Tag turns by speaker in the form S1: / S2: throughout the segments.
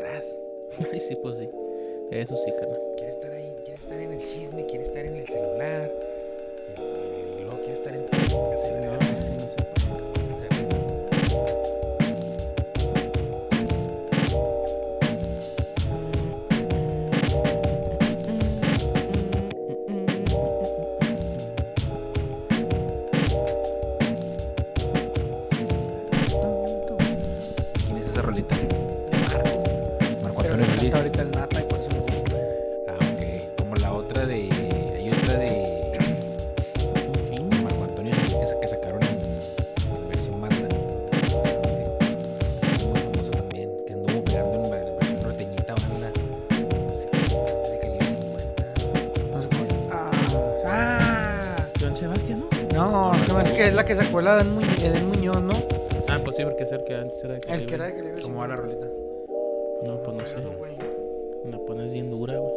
S1: más.
S2: Ay, sí, pues sí. Eso sí, carnal.
S1: Quiere estar ahí, quiere estar en el chisme, quiere estar en el celular. Y, y- y luego quiere estar en todo.
S2: Sí, no, sí, no sé.
S1: ¿Quién es esa rolita? Marco
S3: Pero
S1: Antonio
S3: la
S1: Solís.
S3: canta ahorita el Nata y por eso no.
S1: Ah, ok. Como la otra de. Hay otra de. de Marco Antonio Solís que, sa- que sacaron en, en versión banda. Muy famoso también. Que anduvo pegando en ver- versión norteñita banda. No sé qué. No sé qué le hizo, güey.
S3: No sé cómo- Ah, ah.
S2: John Sebastián, ¿no?
S3: No, se me hace que es la que sacó la de Mu- Edén Muñoz, ¿no?
S2: Ah, pues sí, porque es el que antes era de
S3: El que
S2: Caribe.
S3: era de Caribe.
S1: ¿Cómo va la rolita?
S2: No, pues no sé. güey. Me la pones bien dura, güey.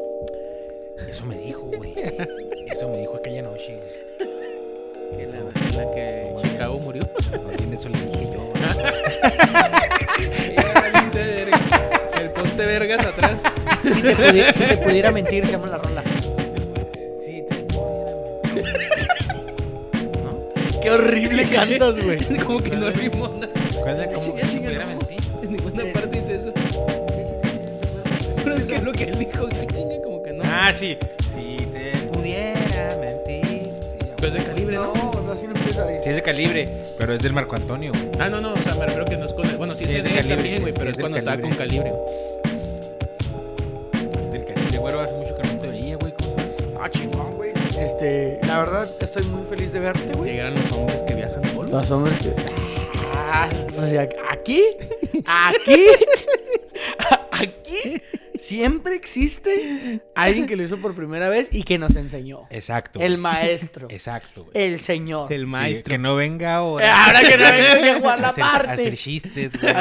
S1: Eso me dijo, güey. Eso me dijo aquella noche, güey.
S2: Que la, en la que Chicago murió.
S1: No entiende, eso le dije yo. güey.
S2: el ponte vergas atrás.
S3: Si te, pudi- si te pudiera mentir, se llama la rola.
S1: Sí, te ¿No?
S3: Qué horrible cantas, güey.
S2: Como que no rimó nada.
S1: ¿Cuál es la- ¿Cómo
S2: Chinga,
S1: se
S2: chinga,
S1: pudiera
S2: no.
S1: mentir?
S2: En ninguna parte dice eso. Pero es que es lo que él dijo, que chinga, como que no.
S1: Ah, sí. Si te pudiera mentir. Sí,
S2: Pero es de calibre,
S3: No,
S2: ¿no?
S3: no, así no empieza.
S1: Sí, es de calibre, pero es del Marco Antonio, güey.
S2: Ah, no, no, o sea, me refiero que no es con. Bueno, sí,
S1: Sí,
S2: sí
S1: es
S2: es de
S1: de
S2: él
S1: Calibre,
S2: también, güey,
S1: sí, sí,
S2: pero es
S1: es de
S2: cuando estaba con
S1: Calibre.
S2: calibre. güey.
S1: Es del calibre, güey. Hace mucho que no te veía, güey. ¿Cómo estás?
S3: Ah, chingón, güey. Este, la verdad, estoy muy feliz de verte, güey.
S2: Llegaron los hombres que viajan solos.
S3: Los hombres que... Ah, o sea, aquí, aquí, aquí siempre existe alguien que lo hizo por primera vez y que nos enseñó.
S1: Exacto.
S3: El
S1: güey.
S3: maestro,
S1: Exacto, güey.
S3: el señor.
S2: El
S1: Ah, Sí,
S2: maestro.
S1: que no venga
S3: Eh,
S1: ahora.
S3: Ahora que no vengo que
S1: a
S3: jugar la
S1: hacer- a Hacer
S3: parte.
S1: chistes, güey.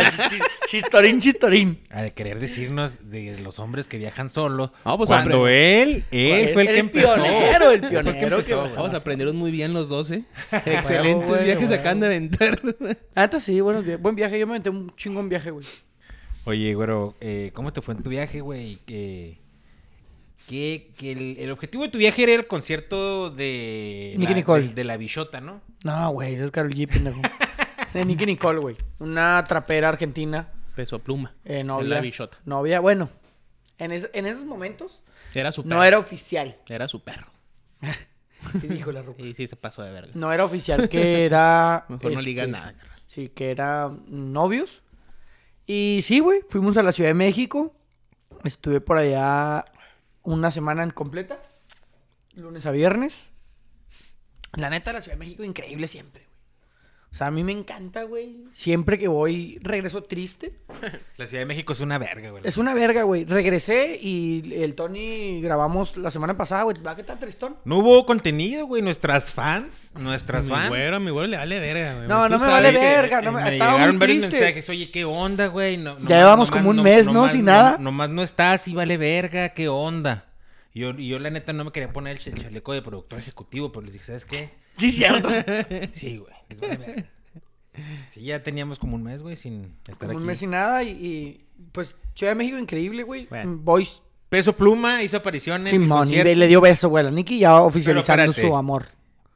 S3: Chistorín, chistorín.
S1: A de querer decirnos de los hombres que viajan solos.
S2: Ah, pues,
S1: cuando él, él fue el
S3: Era
S1: que empezó.
S3: pionero,
S1: fue
S3: el
S1: el que
S3: pionero. que-
S1: empezó, güey.
S2: Vamos, aprendieron muy bien los 12. Excelentes
S3: güey,
S2: viajes se
S3: güey.
S2: acaban de aventar.
S3: Ah, neta, sí, bueno, buen viaje. Yo me metí un chingón viaje, güey.
S1: Oye, güero, eh, ¿cómo te fue en tu viaje, güey? Que, que, que el, el objetivo de tu viaje era el concierto de
S3: Nicki
S1: la,
S3: Nicole.
S1: del- de la bichota, ¿no?
S3: No, güey, ese es Carol G, pendejo. De Nicky Nicole, güey. Una trapera argentina.
S2: Peso pluma.
S3: Eh,
S2: En
S3: novia.
S2: la bichota.
S3: Novia, bueno. En, es- en esos momentos
S2: Era su perro.
S3: no era oficial.
S2: Era su perro.
S3: Y dijo la ruca.
S2: Y sí se pasó de verga.
S3: No era oficial, que era.
S2: Mejor no
S3: este,
S2: ligas nada, carnal.
S3: Sí, que era novios. Y sí, güey, fuimos a la Ciudad de México. Estuve por allá una semana en completa. Lunes a viernes. La neta, la Ciudad de México increíble siempre, güey. O sea, a mí me encanta, güey. Siempre que voy, regreso triste.
S1: La Ciudad de México es una verga, güey.
S3: Es una verga, güey. Regresé y el Tony grabamos la semana pasada, güey. ¿Va a estar tristón?
S1: No hubo contenido, güey. Nuestras fans, nuestras
S2: Mi
S1: fans.
S2: güero, mi güero le vale verga, güey.
S3: No,
S2: Tú
S3: no me
S2: sabes
S3: vale
S2: que-
S3: verga. No
S1: eh,
S3: me,
S1: me
S3: estaba
S1: llegaron
S3: muy
S1: varios
S3: triste.
S1: mensajes, oye, ¿qué onda, güey? No- nomás-
S3: llevamos como un mes, ¿no?
S1: nomás-
S3: Sin nada.
S1: Nomás no estás y vale verga, ¿qué onda? Y yo, y yo, la neta, no me quería poner el ch- el chaleco de productor ejecutivo, pero les dije, ¿sabes qué?
S3: Sí, cierto.
S1: Sí, güey. les vale verga. Sí, ya teníamos como un mes, güey, sin estar
S3: Como
S1: aquí.
S3: un mes y nada y, y, pues Ciudad de México increíble, güey.
S2: Bueno.
S3: Boys.
S1: Peso Pluma hizo aparición en el
S3: Simón, y
S1: concierto,
S3: le dio beso, güey, a la Nicky ya oficializando
S1: espérate.
S3: su amor.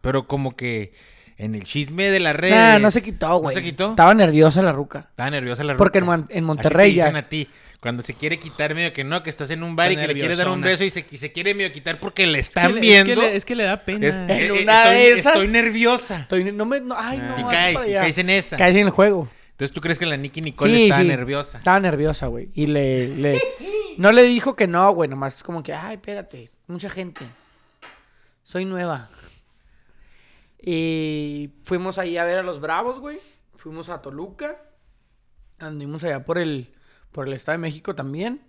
S1: pero como que en el chisme de las redes.
S3: Nah, no se quitó, güey.
S1: ¿No se quitó?
S3: Estaba nerviosa la ruca.
S1: Estaba nerviosa la
S3: Porque en
S1: ruca.
S3: Mon- en Monterrey
S1: Así te
S3: ya-
S1: dicen a ti, cuando se quiere quitar medio que no, que estás en un bar
S2: Está
S1: y que le quieres dar un
S2: nerviosona.
S1: beso y se, y se quiere medio quitar porque le
S2: Es que
S1: están
S2: le-
S1: viendo.
S2: Es que, le, es que le da pena.
S1: Es- eh, eh,
S3: una
S1: estoy,
S3: de esas-
S1: estoy nerviosa.
S3: Estoy, no me, no, ay, no.
S1: Y
S3: hazte
S1: caes,
S3: para
S1: y
S3: allá.
S1: caes en esa.
S3: Caes en el juego.
S1: Entonces tú crees que la Nicky Nicole estaba nerviosa.
S3: Estaba nerviosa, güey. Y le, le- No le dijo que no, güey. Nomás como que, ay, espérate. Mucha gente. Soy nueva. Y fuimos ahí a ver a los Bravos, güey. Fuimos a Toluca. Anduvimos allá por el, por el Estado de México también.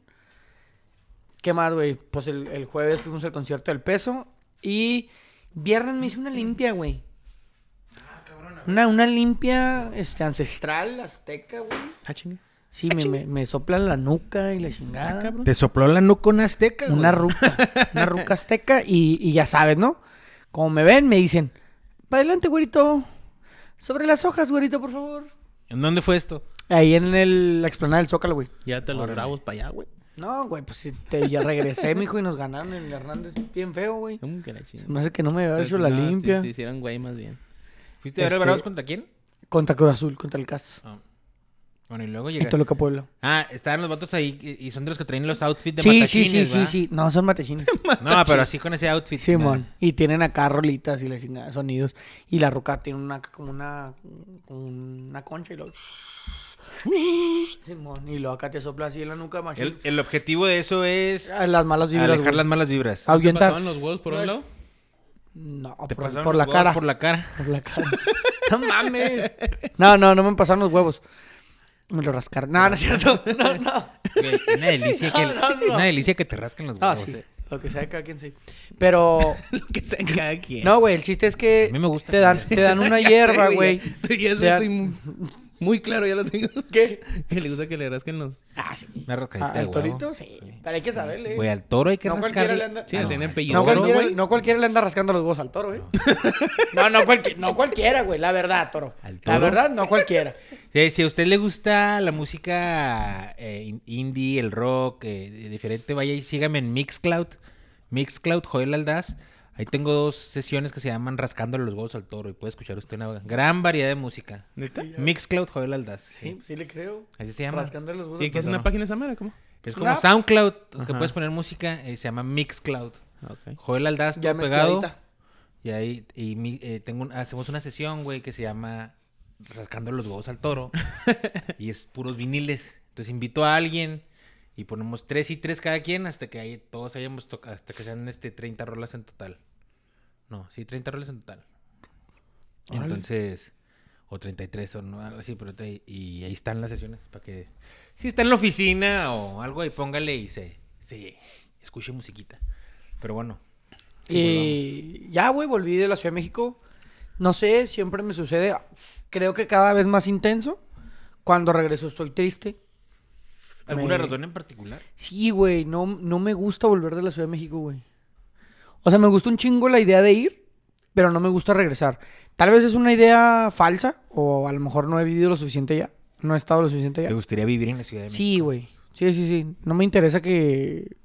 S3: ¿Qué más, güey? Pues el, el jueves fuimos al concierto del peso. Y viernes me hice una limpia, güey.
S1: Ah,
S3: Una, una limpia este, ancestral, azteca, güey.
S2: Ah, chinga. Ah,
S3: Sí, me, me, me soplan la nuca y la chingada.
S2: cabrón.
S1: Te sopló la nuca una azteca.
S3: Una ruca, una ruca azteca y, y ya sabes, ¿no? Como me ven, me dicen, para adelante, güerito. Sobre las hojas, güerito, por favor.
S1: ¿En dónde fue esto?
S3: Ahí en el, la explanada del Zócalo, güey.
S2: Ya te los
S1: Órale.
S2: grabos para allá, güey.
S3: No, güey, pues sí, te, ya regresé, mijo, y nos ganaron el Hernández bien feo, güey.
S2: ¿Cómo que la
S3: Se
S2: chingada?
S3: me hace que no me había
S2: Pero
S3: hecho
S2: tú
S3: la
S2: no, sí,
S3: limpia.
S2: Te hicieron güey más bien.
S1: ¿Fuiste a ver
S3: Este-
S1: el Bravos contra quién?
S3: Contra Cruz Azul, contra el CAS.
S1: Ah. Bueno, y luego
S3: En
S1: llega.
S3: Toluca Pueblo.
S1: Ah, estaban los vatos ahí y y son de los que traen los outfits de
S3: Sí, sí,
S1: matachines,
S3: sí, sí,
S1: ¿va?
S3: sí. No, son matachines.
S1: No, pero así con ese outfit.
S3: Simón. Y tienen acá rolitas y la chingada, sonidos. Y la roca tiene una como una, como una concha y luego. Simón. Y luego acá te sopla así en la nuca, machín.
S1: El, el objetivo de eso es
S3: Ah, Las malas vibras.
S1: alejar
S3: güey.
S1: las malas vibras.
S2: ¿Te
S3: Ahuyentar-
S2: pasaban los huevos por
S3: No
S2: un
S3: es-
S2: lado?
S3: No,
S1: Te
S3: por,
S1: pasaron
S3: por
S1: los
S3: la
S1: huevos
S3: cara.
S1: Por
S3: Por
S1: la cara.
S3: la cara. no mames. No, no, no me pasaron los huevos. Me lo rascaron. No, no es cierto. No, no.
S1: Güey, Una delicia, que,
S3: No, no, no.
S1: una delicia que te rasquen los
S3: No,
S1: huevos.
S3: sí.
S1: eh.
S3: Lo que sea de cada quien sí. Pero.
S2: Lo que sea cada quien.
S3: No, güey, el chiste es que
S1: A mí me gusta
S3: te, dan,
S1: comer.
S3: te dan una
S2: Ya
S3: hierba,
S2: sé,
S3: güey.
S2: Yo ya eso
S3: Te dan-
S2: estoy mu- muy, claro, ya lo tengo.
S3: ¿Qué?
S2: Que le gusta que le rasquen los.
S3: Ah, sí.
S1: Una
S3: Ah,
S1: rascadita de
S3: ¿Al
S1: huevo.
S3: torito? Sí. Pero hay que saberle.
S1: Güey, al toro hay que
S3: No cualquiera
S1: rascarle.
S3: le anda-
S2: Sí, tiene
S1: al
S2: pellido.
S3: no,
S1: toro,
S3: cualquiera,
S1: güey.
S3: no cualquiera le anda rascando los huevos al toro, ¿eh? No, no, cualqui- no cualquiera, güey. La verdad, toro.
S1: ¿Al
S3: La
S1: toro?
S3: verdad, no cualquiera.
S1: Sí, si a usted le gusta la música eh, in- indie, el rock, eh, de- diferente, vaya y sígame en Mixcloud. Mixcloud, Joel Aldaz. Ahí tengo dos sesiones que se llaman Rascándole los huevos al toro y puede escuchar usted una gran variedad de música.
S2: ¿Neta?
S1: Mixcloud, Joel Aldaz.
S3: Sí, sí le creo.
S1: Así se llama.
S3: Rascando los huevos.
S2: ¿Y que es una
S1: no.
S2: página esa madre? ¿Cómo?
S1: Es como
S3: Una-
S1: SoundCloud, que
S2: Ajá.
S1: puedes poner música, eh, se llama Mixcloud.
S2: Ok.
S1: Joel Aldaz,
S3: Ya
S1: todo pegado.
S3: mezcladita.
S1: Y ahí y mi- eh, tengo un- hacemos una sesión, güey, que se llama Rascando los huevos al toro. y es puros viniles. Entonces invito a alguien y ponemos tres y tres cada quien hasta que ahí todos hayamos tocado, hasta que sean este 30 rolas en total. No, sí, 30 rolas en total.
S3: Órale.
S1: Entonces, o 33 o no, algo así, pero te- y ahí están las sesiones para que si está en la oficina o algo ahí póngale y se, se escuche musiquita. Pero bueno. sí,
S3: Eh, Y ya, güey, volví de la Ciudad de México. No sé, siempre me sucede. Creo que cada vez más intenso. Cuando regreso estoy triste.
S1: volvamos. ¿Alguna
S3: Me-
S1: razón en particular?
S3: Sí, güey, no, no me gusta volver de la Ciudad de México, güey. O sea, me gusta un chingo la idea de ir, pero no me gusta regresar. Tal vez es una idea falsa, o a lo mejor no he vivido lo suficiente ya. No he estado lo suficiente
S1: ¿Te
S3: ya.
S1: gustaría vivir en la Ciudad de México?
S3: Sí, güey. Sí, sí, sí. No me interesa que,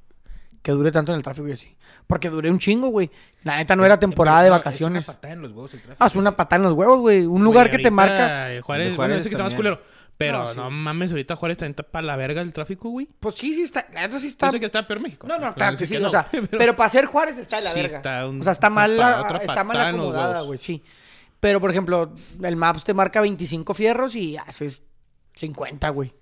S3: que dure tanto en el tráfico y así. Porque duré un chingo, güey. La neta no era temporada de
S1: Es una-
S3: vacaciones.
S1: Es una patada en los huevos el tráfico.
S3: Haz una patada en los huevos, güey. Un lugar
S2: Güey,
S3: que te
S2: ahorita
S3: marca.
S2: Juárez,
S1: El de
S2: bueno,
S1: Juárez
S2: ese que está más
S1: también.
S2: culero. Pero
S3: No,
S2: no,
S3: sí.
S2: mames, ahorita Juárez también está para la verga el tráfico, güey.
S3: Pues sí, sí está. La neta sí está.
S2: Yo sé que está peor México.
S3: No, no,
S2: Pero
S3: está,
S2: sé
S3: sí,
S2: que
S3: o
S2: no,
S3: sea,
S2: güey,
S3: pero, para ser Juárez está de la
S2: Sí,
S3: verga.
S2: está un-
S3: o sea, está mal,
S2: para otra
S3: está mal
S2: patada en los
S3: acomodada,
S2: huevos.
S3: güey, sí. Pero, por ejemplo, el Maps te marca 25 fierros y haces 50, güey.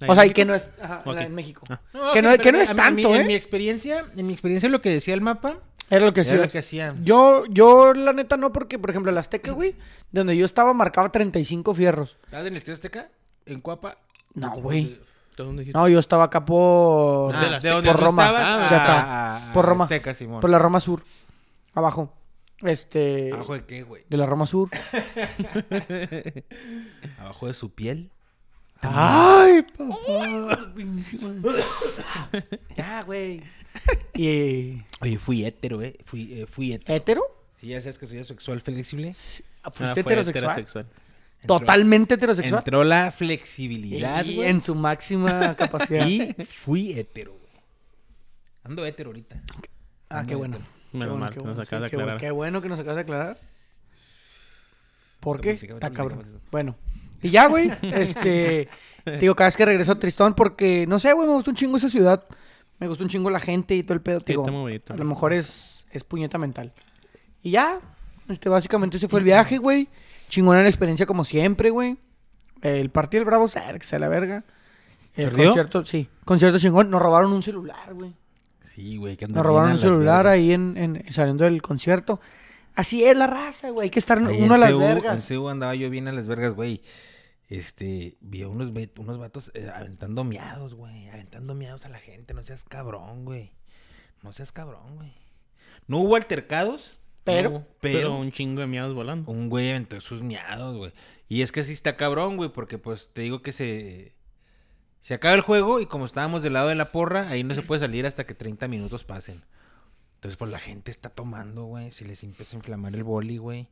S2: ¿Ahí
S3: O sea,
S2: en
S3: y que
S2: México?
S3: no es... ajá,
S2: Ok.
S3: en México.
S2: Ah.
S3: que, no,
S1: ok,
S3: es- que no
S1: pero
S3: es
S1: a mí- a mí-
S3: tanto,
S1: En mi
S3: ¿eh?
S1: experiencia, en mi experiencia lo que decía el mapa,
S3: Era lo que
S1: era lo que
S3: hacía.
S1: hacían.
S3: Yo, yo, la neta, no, porque, por ejemplo, el Azteca, güey, donde yo estaba, marcaba 35 fierros.
S1: ¿Estás en el Estadio Azteca? ¿En Cuapa?
S3: No, güey.
S2: ¿Tú ¿Dónde dijiste?
S3: No, yo estaba acá por...
S2: Ah,
S1: de
S2: Azteca.
S1: donde
S3: Por
S1: tú
S3: Roma.
S1: estabas
S2: Ah,
S1: a-
S3: de acá.
S1: a- a
S3: Por Roma.
S1: Azteca, Simón.
S3: Por la Roma Sur. Abajo. Este...
S1: ¿Abajo de qué, güey?
S3: De la Roma Sur.
S1: ¿Abajo de su piel?
S3: ¡Ay, papá! ya, güey. ¿Y
S1: Oye, fui hétero, ¿eh? Fui, eh, fui hétero.
S3: hetero?
S1: Si ya sabes que soy sexual flexible.
S3: Ah,
S2: Ah,
S3: ¿Fuiste
S2: fue
S3: heterosexual?
S2: heterosexual.
S1: Entró-
S3: ¿Totalmente heterosexual?
S1: Entró la flexibilidad,
S3: Y
S1: güey.
S3: en su máxima capacidad.
S1: Y fui hétero, güey. Ando hétero ahorita.
S3: Ah, qué bueno.
S2: Menos
S3: Qué bueno,
S2: mal,
S3: qué
S2: nos
S3: bueno,
S2: acabas de
S3: sí, qué bueno,
S2: aclarar.
S3: Qué bueno que nos acabas de aclarar. ¿Por
S1: Ahorita
S3: qué?
S1: platicamos,
S3: Está
S1: ahorita
S3: cabrón.
S1: platicamos
S3: Bueno. Y ya, güey. Este. te Digo, cada vez que regreso a Tristón, porque no sé, güey, me gusta un chingo esa ciudad. Me gusta un chingo la gente y todo el pedo. te
S2: Sí,
S3: digo,
S2: está muy bonito.
S3: a lo mejor es, es puñeta mental. Y ya. Este, básicamente ese fue el viaje, güey. Chingona la experiencia como siempre, güey. El partido del Bravo Cerc, se la verga. El
S1: ¿Perdió?
S3: concierto, sí. Concierto chingón. Nos robaron un celular, güey.
S1: Sí, güey. que
S3: Nos robaron un celular
S1: ahí.
S3: ahí en, en- saliendo del concierto. Así es la raza, güey. Hay que estar
S1: Ahí
S3: uno a
S1: en
S3: las
S1: CU En
S3: vergas.
S1: CU andaba yo bien a las vergas, güey. Este, vi a unos, ve- unos vatos eh, aventando miados, güey. Aventando miados a la gente. No seas cabrón, güey. No seas cabrón, güey. No hubo altercados.
S3: Pero-
S1: no hubo,
S2: Pero,
S1: pero
S2: un chingo de miados volando.
S1: un güey aventó sus miados, güey. Y es que sí está cabrón, güey, porque pues te digo que se. Se acaba el juego y como estábamos del lado de la porra, ahí no se puede salir hasta que 30 minutos pasen. Entonces, pues la gente está tomando, güey. Se les empieza a inflamar el boli, güey.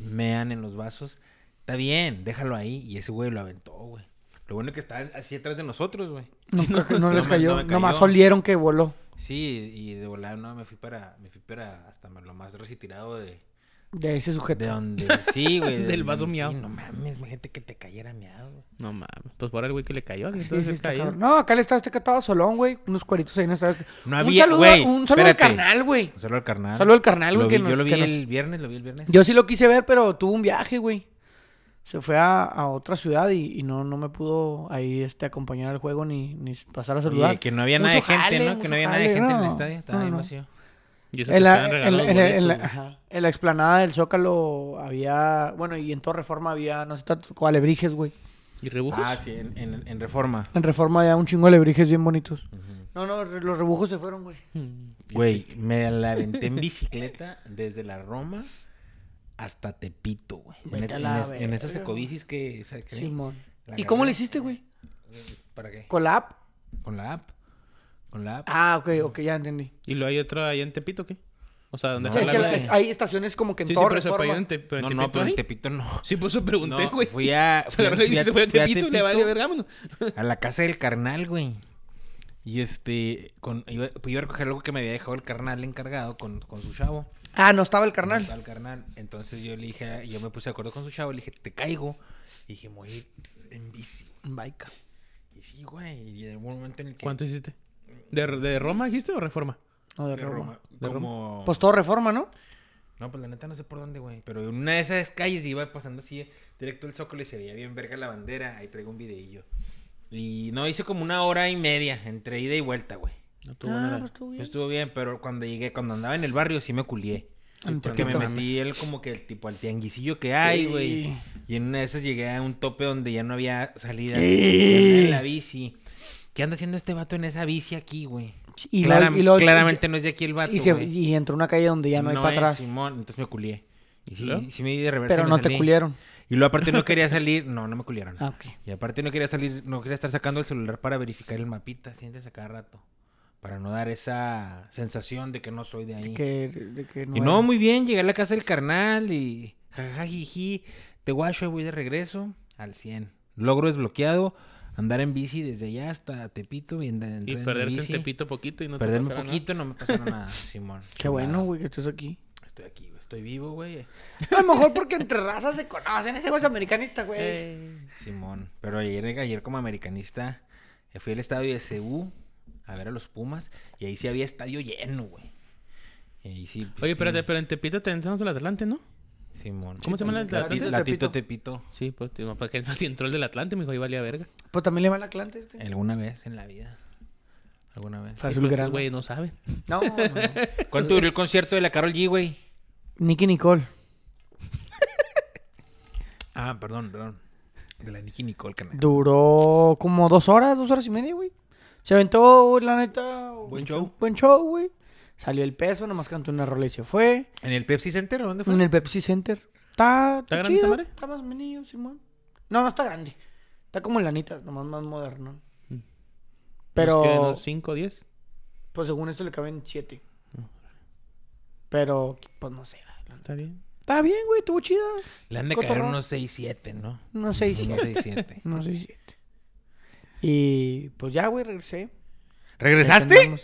S1: Mean en los vasos. Está bien, déjalo ahí. Y ese güey lo aventó, güey. Lo bueno es que está así atrás de nosotros, güey.
S3: Nunca- no les
S1: me-
S3: cayó.
S1: no me
S3: Nomás
S1: cayó.
S3: olieron que voló.
S1: Sí, y de volada, no, me fui para, me fui para hasta lo más retirado de,
S3: De ese sujeto.
S1: de donde, sí, güey. de
S2: Del
S1: donde-
S2: vaso
S1: sí,
S2: miado.
S1: No mames, gente que te cayera miado, güey.
S2: No mames. Pues por el güey que le cayó.
S3: Sí,
S2: entonces
S3: sí,
S2: él
S3: está
S2: cayó.
S3: cabrón. No, acá le estaba Azteca estaba solón, güey. Unos cueritos ahí en esta.
S1: No
S3: un
S1: había,
S3: saludo,
S1: güey,
S3: un saludo al
S1: espérate.
S3: carnal, güey.
S1: Un saludo Pues al carnal.
S3: Saludo al carnal,
S1: Lo
S3: güey. que
S1: vi-
S3: nos-
S1: Yo lo vi
S3: que nos-
S1: el viernes, lo vi el viernes.
S3: Yo sí lo quise ver, pero tuvo un viaje, güey. Se fue a, a otra ciudad y, y no, no me pudo ahí este, acompañar al juego ni, ni pasar a saludar.
S1: Oye, que no había nada
S3: Mucho
S1: de gente,
S3: jale,
S1: ¿no? Que
S3: mucho
S1: no había nada de
S3: jale,
S1: gente en el
S3: no.
S1: estadio. Estaba
S3: No,
S1: bien
S3: no.
S1: vacío.
S2: Y eso que
S3: En la,
S2: estaban
S3: en la-
S2: regalados
S3: en la- en la-
S2: boletos, güey.
S3: ajá. En la explanada del Zócalo había, bueno, y en Torre Reforma había, no sé, tanto como alebrijes, güey.
S2: ¿Y rebujos?
S1: Ah, sí, en, en, en Reforma.
S3: En Reforma había un chingo de alebrijes bien bonitos.
S1: Ujú.
S3: No, no, re- los rebujos se fueron, güey.
S2: Mm, qué
S1: Güey,
S2: triste.
S1: me la aventé en bicicleta desde la Roma hasta Tepito, güey. En,
S3: Vete
S1: es-
S3: a
S1: en,
S3: la
S1: es- en esas
S3: verga.
S1: ecobicis que saqué.
S3: Simón.
S1: La
S3: ¿Y cómo
S1: agarré.
S3: le hiciste, güey?
S1: ¿Para qué?
S3: ¿Colab?
S1: Con la app. Con la app.
S3: Ah, ok, ok, ya entendí.
S2: ¿Y lo hay otro allá en Tepito o qué? O sea, ¿dónde
S1: No.
S3: Sí,
S2: está
S3: es
S2: la
S3: que
S1: bici.
S3: la-
S2: Sí,
S3: hay estaciones como que en
S2: sí,
S3: Torre
S2: pero eso
S3: Reforma.
S2: para allá en, Te- pero en
S1: no,
S2: Tepito.
S1: no, pero
S2: hay.
S1: en Tepito no.
S2: Sí, por eso pregunté,
S1: No,
S2: güey.
S1: fui a.
S2: Se agarró y
S1: fui
S2: se fue a
S1: fui
S2: Tepito, le vale verga, vámonos.
S1: a la casa del carnal, güey. Y este, con, iba, pues iba a recoger algo que me había dejado el carnal encargado con, con su chavo.
S3: Ah, no estaba el carnal.
S1: Al carnal. Entonces yo le dije, yo me puse de acuerdo con su chavo, le dije, te caigo. Y dije, me voy a ir en bici.
S3: Baica.
S1: Y sí, güey. Y de un momento en el que.
S2: ¿Cuánto hiciste? ¿De, de Roma dijiste o Reforma?
S3: No, de
S1: de
S3: Roma.
S1: Roma?
S2: De Roma.
S1: Como.
S3: Pues todo Reforma, ¿no?
S1: No, pues la neta no sé por dónde, güey. Pero en una de esas calles iba pasando así eh, directo al Zócalo y se veía bien verga la bandera. Ahí traigo un videillo. Y no, hice como una hora y media entre ida y vuelta, güey.
S2: No
S3: ah,
S2: nada.
S3: pues estuvo bien.
S1: Estuvo bien, pero cuando llegué, cuando andaba en el barrio, sí me culié.
S3: En
S1: Porque me
S3: Tepito.
S1: metí el, como que tipo al tianguisillo que hay, güey.
S3: Sí.
S1: Y en una de esas llegué a un tope donde ya no había salida.
S3: Sí.
S1: Y andaba en la bici. ¿Qué anda haciendo este vato en esa bici aquí, güey?
S3: Sí, Y
S1: Claram-
S3: luego- y luego-
S1: claramente no es de aquí el vato.
S3: Y, se-
S1: güey.
S3: y entró una calle donde ya no, hay para
S1: es,
S3: atrás.
S1: Simón, entonces me culié. Y sí,
S2: ¿Luego?
S1: sí me di de reversa. y
S3: pero
S1: me
S3: no te
S1: salí.
S3: culieron.
S1: Y luego aparte no quería salir. No, no me culieron.
S3: Ah, ok.
S1: Y aparte no quería salir, no quería estar sacando el celular para verificar el mapita. Siéntese a cada rato. Para no dar esa sensación de que no soy de ahí.
S3: Que, de que no
S1: Y no,
S3: era.
S1: muy bien, llegué a la casa del carnal y jajaja, jiji, te guacho, ahí voy de regreso al 100. Logro desbloqueado, andar en bici desde allá hasta Tepito y, andar
S2: Y perderte en Tepito poquito y no te
S1: Perderme
S2: pasará
S1: un
S2: nada.
S1: poquito, no me pasará nada, Simón.
S3: Qué bueno, güey, que estés aquí.
S1: Estoy aquí, güey, estoy vivo, güey.
S3: A lo mejor porque entre razas se conocen. Ese güey es americanista, güey.
S2: Eh,
S1: Simón. Pero ayer, ayer como americanista, eh, fui al estadio de CU a ver a los Pumas y ahí sí había estadio lleno, güey. Y ahí sí. pues,
S2: Oye, espérate, pero en Tepito te entramos del Atlante, ¿no?
S1: Simón.
S2: ¿Cómo se llama el
S1: Lati-
S2: Atlante?
S1: Latito Tepito.
S2: Sí, pues, tío, porque es más si entró el del Atlante, mijo, ahí valía verga.
S3: Pues también le va la clante este.
S1: ¿Alguna vez en la vida? ¿Alguna vez?
S3: Fue
S2: Y,
S3: azul
S2: pues, esos
S3: grande.
S2: güeyes no saben.
S3: No, no, no.
S1: ¿Cuánto duró el concierto de la Carol G, güey?
S3: Nicky Nicole.
S1: Ah, perdón, perdón. De la Nicki Nicole, canal.
S3: Duró como dos horas, dos horas y media, güey. Se aventó, la neta.
S1: Buen show.
S3: Buen show, güey. Salió el peso, nomás cantó una rola y se fue.
S1: ¿En el Pepsi Center o dónde fue?
S3: En el Pepsi Center. Está, está,
S2: grande esa
S3: chido.
S2: madre?
S3: Está más menillo, Simón. No, no está grande. Está como en lanita, nomás más moderno.
S2: Mm.
S3: Pero,
S2: Nos quedan unos 5 o 10.
S3: pues según esto le caben siete. Pero, pues no sé.
S2: Está bien.
S3: Está bien, güey, estuvo chida.
S1: Le han de caer
S3: Cotorrón.
S1: unos 6-7, ¿no?
S3: No sé, y
S1: Unos
S3: siete.
S1: 6-7.
S3: No sé, y siete. Y pues ya, güey, regresé.
S1: ¿Regresaste?
S3: Andamos.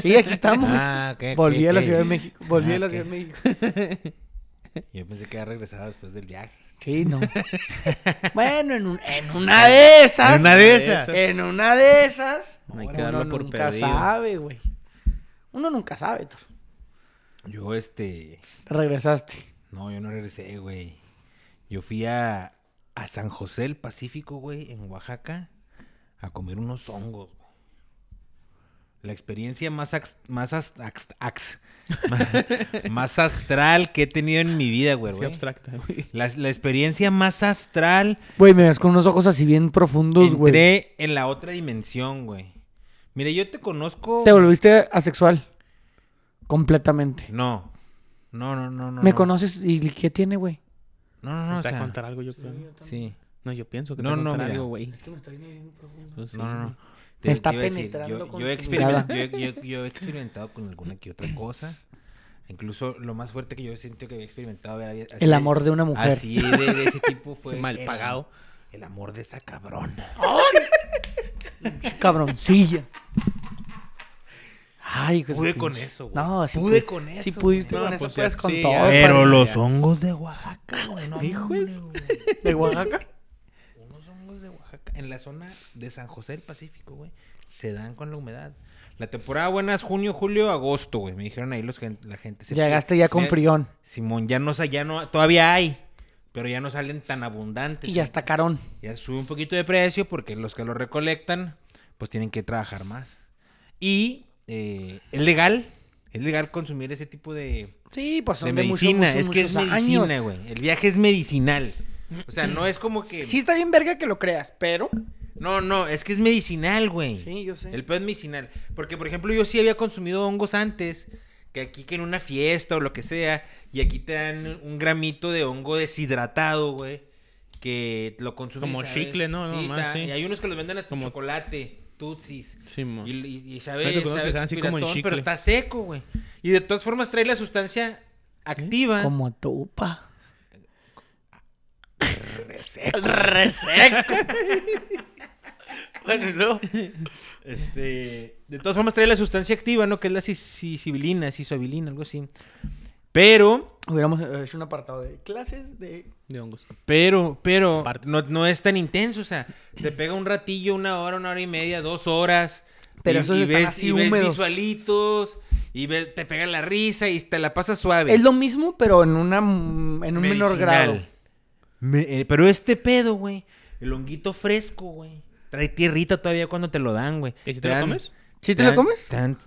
S3: Sí, aquí estamos.
S1: Ah, ok, ok,
S3: Volví a la
S1: ok.
S3: Ciudad de México. Volví
S1: Ah,
S3: a la
S1: ok.
S3: Ciudad de México.
S1: Yo pensé que había regresado después del viaje.
S3: Sí, no. bueno, en, un- en una de esas.
S1: En una de esas.
S3: En una de esas.
S2: No hay que
S3: uno
S2: darlo por
S3: nunca
S2: perdido.
S3: sabe, güey. Uno nunca sabe, Thor.
S1: Yo, este...
S3: Regresaste.
S1: No, yo no regresé, güey. Yo fui a, a San José del Pacífico, güey, en Oaxaca, a comer unos hongos, güey. La experiencia más, ax- más, as- ax- ax- más, más astral que he tenido en mi vida, güey.
S2: Sí,
S1: güey.
S2: abstracta, güey.
S1: La, la experiencia más astral.
S3: Güey, me ves con unos ojos así bien profundos, güey.
S1: entré en la otra dimensión, güey. Mira, yo te conozco.
S3: Te volviste asexual. Completamente.
S1: No. No, no, no, no.
S3: me
S1: no.
S3: conoces y ¿qué tiene, güey?
S1: No, no, no.
S2: Te
S1: o
S2: va a
S1: sea,
S2: contar algo, yo creo.
S1: sí.
S2: No, yo pienso que te
S1: No,
S2: va a
S1: no,
S2: contar
S1: mira.
S2: algo, güey.
S3: que me está viendo bien profundo.
S2: Pues, sí.
S1: No, no, no.
S3: Me está
S1: iba a decir,
S3: penetrando
S1: yo,
S3: con
S1: yo he
S3: su
S1: experimen-
S3: mirada.
S1: yo he- yo- yo he experimentado con alguna que otra cosa. Incluso lo más fuerte que yo sentí que había experimentado era así
S3: El amor de una mujer.
S1: Así de, de ese tipo fue.
S2: Mal
S1: el-
S2: pagado.
S1: El, amor de esa cabrona.
S3: Cabroncilla. Ay, hijo de su
S1: Pude
S3: pinche-
S1: con eso, güey.
S3: No, sí
S1: Pude
S3: pu-
S1: con eso,
S3: Sí
S1: güey.
S3: pudiste
S2: No,
S3: con
S2: pues
S3: eso, puedes
S2: sí,
S3: con
S2: sí,
S3: todo.
S2: ya.
S1: Pero
S3: carnal.
S1: los hongos de Oaxaca, güey. No,
S3: Hijo
S1: hombre,
S3: de-
S1: güey.
S3: ¿De Oaxaca?
S1: Unos hongos de Oaxaca, en la zona de San José del Pacífico, güey, se dan con la humedad. La temporada buena es junio, julio, agosto, güey. Me dijeron ahí los gen- la gente. se-
S3: Llegaste ya con
S1: se-
S3: frión.
S1: Simón, ya no, sa- ya no, todavía hay, pero ya no salen tan abundantes.
S3: Y ya
S1: güey.
S3: está carón.
S1: Ya sube un poquito de precio porque los que lo recolectan, pues tienen que trabajar más. Y eh, es legal, es legal consumir ese tipo de,
S3: Sí, pues
S1: de
S3: son de, mucho,
S1: medicina.
S3: mucho,
S1: es que es
S3: muchos años.
S1: medicina, güey. El viaje es medicinal. O sea, no es como que...
S3: Sí está bien verga que lo creas, pero...
S1: No, no, es que es medicinal, güey.
S3: Sí, yo sé.
S1: El pedo es medicinal. Porque, por ejemplo, yo sí había consumido hongos antes, que aquí que en una fiesta o lo que sea, y aquí te dan un gramito de hongo deshidratado, güey, que lo consumes.
S2: Como chicle, ¿no? No,
S1: Sí,
S2: más,
S1: ta-
S2: sí.
S1: Y hay unos que los venden hasta
S2: Como-
S1: chocolate, tutsis.
S2: Sí, mo.
S1: Y, y, y
S2: Hay
S1: sabe,
S2: algunos que
S1: sabe
S2: están así como en
S1: piratón, pero
S2: chicle.
S1: está seco, güey. Y de todas formas trae la sustancia activa.
S3: Ah. Como tú, pa.
S1: Reseco.
S3: Bueno, no.
S1: Este, de todas formas trae la sustancia activa, ¿no? Que es la sisibilina, sisobilina, algo así. Pero,
S3: Hubiéramos hecho un apartado de clases de...
S2: De hongos.
S1: pero, pero,
S2: Partes.
S1: no, no es tan intenso, o sea, te pega un ratillo, una hora, una hora y media, dos horas.
S3: Pero
S1: y,
S3: esos
S1: y
S3: están
S1: ves,
S3: así
S1: y ves
S3: húmedos.
S1: visualitos, y ve- te pega la risa y te la pasas suave.
S3: Es lo mismo, pero en, una, mm, en un menor
S1: Medicinal.
S3: grado.
S1: Me- eh, pero este pedo, güey, el honguito fresco, güey, trae tierrita todavía cuando te lo dan, güey.
S2: ¿Y si te lo
S1: dan-
S2: comes?
S3: ¿Sí te lo
S1: dan-
S3: comes?
S1: dan-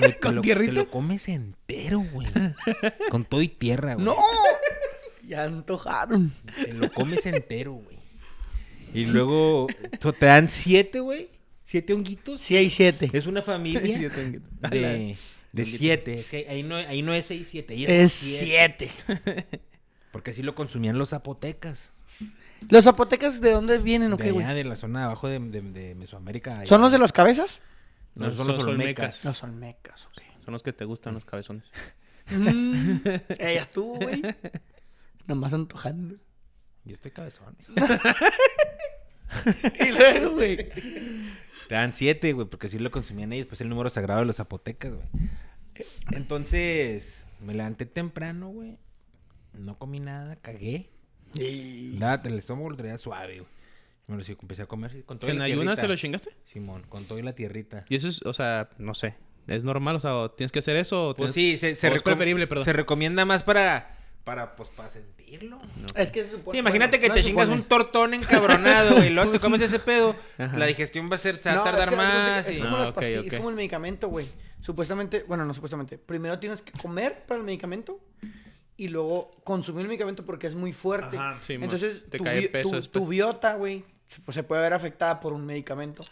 S1: güey, te
S2: ¿Con
S1: lo-
S2: tierrita?
S1: Te lo comes entero, güey. Con todo y tierra, güey.
S3: ¡No! Ya antojaron.
S1: Te lo comes entero, güey. Y luego so, te dan siete, güey. Siete honguitos.
S3: Sí hay siete.
S1: Es una familia
S2: Siete honguitos.
S1: de, de siete. Es que ahí no, ahí no es seis, siete. ahí
S3: Es
S1: Porque así lo consumían los zapotecas.
S3: ¿Los zapotecas de dónde vienen o
S1: de
S3: qué,
S1: allá,
S3: güey?
S1: de la zona de abajo de, de- de Mesoamérica. allá.
S3: ¿Son los de las cabezas?
S1: No, son los olmecas.
S3: No son mecas, ok.
S2: Son los que te gustan los cabezones.
S3: Mm, Ella estuvo, güey. Nomás antojando.
S1: Yo estoy cabezón. hijo.
S3: Y luego, güey.
S1: Te dan siete, güey, porque así lo consumían ellos, pues el número sagrado de los zapotecas, güey. Entonces, me levanté temprano, güey. No comí nada, cagué. Nada, el estómago lo traía suave, güey. Me lo sí, empecé a comer sí, con todo y
S2: ¿En
S1: la
S2: ayunas te
S1: tierrita.
S2: lo chingaste?
S1: Simón, con todo y la tierrita.
S2: Y eso es, o sea, no sé. ¿Es normal? O sea, ¿o ¿tienes que hacer eso? o
S1: Pues sí,
S2: tienes-
S1: se, se
S2: o es
S1: recom-
S2: preferible, perdón.
S1: se recomienda más para, para, pues, para sentirlo.
S3: Es que se supone.
S1: Sí, imagínate
S3: Pues, bueno,
S1: que
S3: no
S1: te
S3: se
S1: chingas
S3: supone.
S1: un tortón encabronado, güey, y luego te comes ese pedo,
S2: Ajá.
S1: la digestión va a ser, se va a
S3: No,
S1: tardar
S3: es que haz de cuenta
S1: más.
S3: que
S1: y-
S3: Es como,
S2: Ah,
S3: las
S2: ok,
S3: pastillas,
S2: ok.
S3: es como el medicamento, güey. Supuestamente, bueno, no supuestamente. Primero tienes que comer para el medicamento y luego consumir el medicamento porque es muy fuerte.
S1: Ajá.
S2: Sí, mo.
S3: Entonces,
S2: Te
S3: tu,
S2: cae
S3: bi-
S2: peso
S3: tu-
S2: después.
S3: tu biota, güey, se, pues, se puede ver afectada por un medicamento.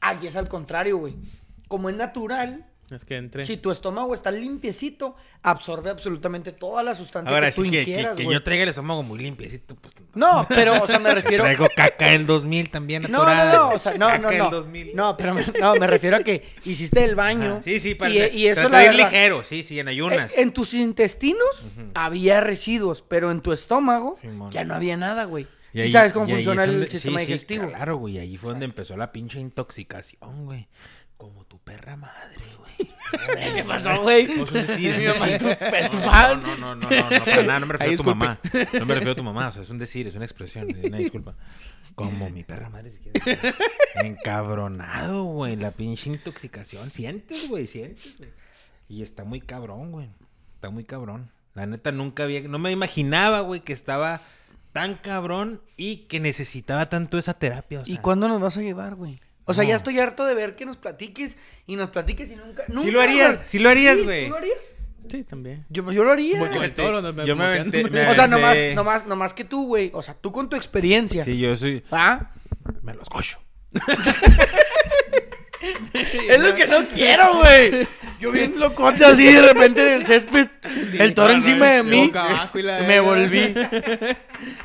S3: Aquí es al contrario, güey. Como es natural,
S2: Es que entre.
S3: si tu estómago está limpiecito, absorbe absolutamente toda la sustancia
S1: Ahora
S3: que tú
S1: sí que, que-
S3: ingieras,
S1: que
S3: güey.
S1: yo traiga el estómago muy limpiecito, pues
S3: No, pero, o sea, me refiero...
S1: traigo caca el 2000 también
S3: No, no,
S1: atorada.
S3: no, o sea, no,
S1: Caca
S3: no,
S1: del
S3: no.
S1: 2000.
S3: No, pero me, no, me refiero a que hiciste el baño.
S1: Ajá. Sí, sí, para
S3: y, e, y eso
S1: tratar
S3: la
S1: de ir
S3: verdad, eh,
S1: ligero, sí, sí, en ayunas.
S3: En, en tus intestinos
S1: Ujú.
S3: había residuos, pero en tu estómago
S1: Simón.
S3: ya no había nada, güey.
S1: Y
S3: Sí
S1: ahí-
S3: sabes cómo
S1: y ahí
S3: funciona
S1: es
S3: el
S1: donde- sí,
S3: sistema
S1: sí,
S3: digestivo.
S1: claro, güey, ahí fue donde empezó la pinche intoxicación, güey. Como tu perra madre, güey.
S3: ¿Qué pasó, güey?
S1: No sé decir,
S3: Mi
S1: no
S3: mamá
S1: sé.
S3: es tu- es tu
S1: No,
S3: fan.
S1: No, no, no, no, no, no, para nada, no me refiero
S2: Ahí,
S1: a tu
S2: disculpe.
S1: mamá. No me refiero a tu mamá, o sea, es un decir, es una expresión, es una disculpa. Como mi perra madre, si quieres. güey. Encabronado, güey, la pinche intoxicación. Sientes, güey, sientes, güey. Y está muy cabrón, güey. Está muy cabrón. La neta nunca había, no me imaginaba, güey, que estaba tan cabrón y que necesitaba tanto esa terapia. o
S3: ¿Y
S1: sea.
S3: cuándo nos vas a llevar, güey? O sea,
S1: No.
S3: ya estoy harto de ver que nos platiques y nos platiques y nunca. nunca
S1: lo harías,
S3: güey.
S1: sí lo harías,
S3: ¿tú
S1: güey.
S3: lo harías?
S2: Sí, también.
S3: Yo, yo lo haría.
S2: Bueno, Porque todo lo- me-
S1: yo me
S2: como que
S1: aventé-
S2: ando-
S1: me
S3: o sea,
S1: aventé-
S3: nomás, nomás, nomás que tú, güey. O sea, tú con tu experiencia.
S1: Sí, yo soy.
S3: ¿Ah?
S1: Me los cocho.
S3: Es lo que no quiero, güey. Yo bien locote así de repente en el césped. el toro
S2: claro,
S3: encima de
S2: boca
S3: mí.
S2: abajo y la-
S3: me volví. Hoy,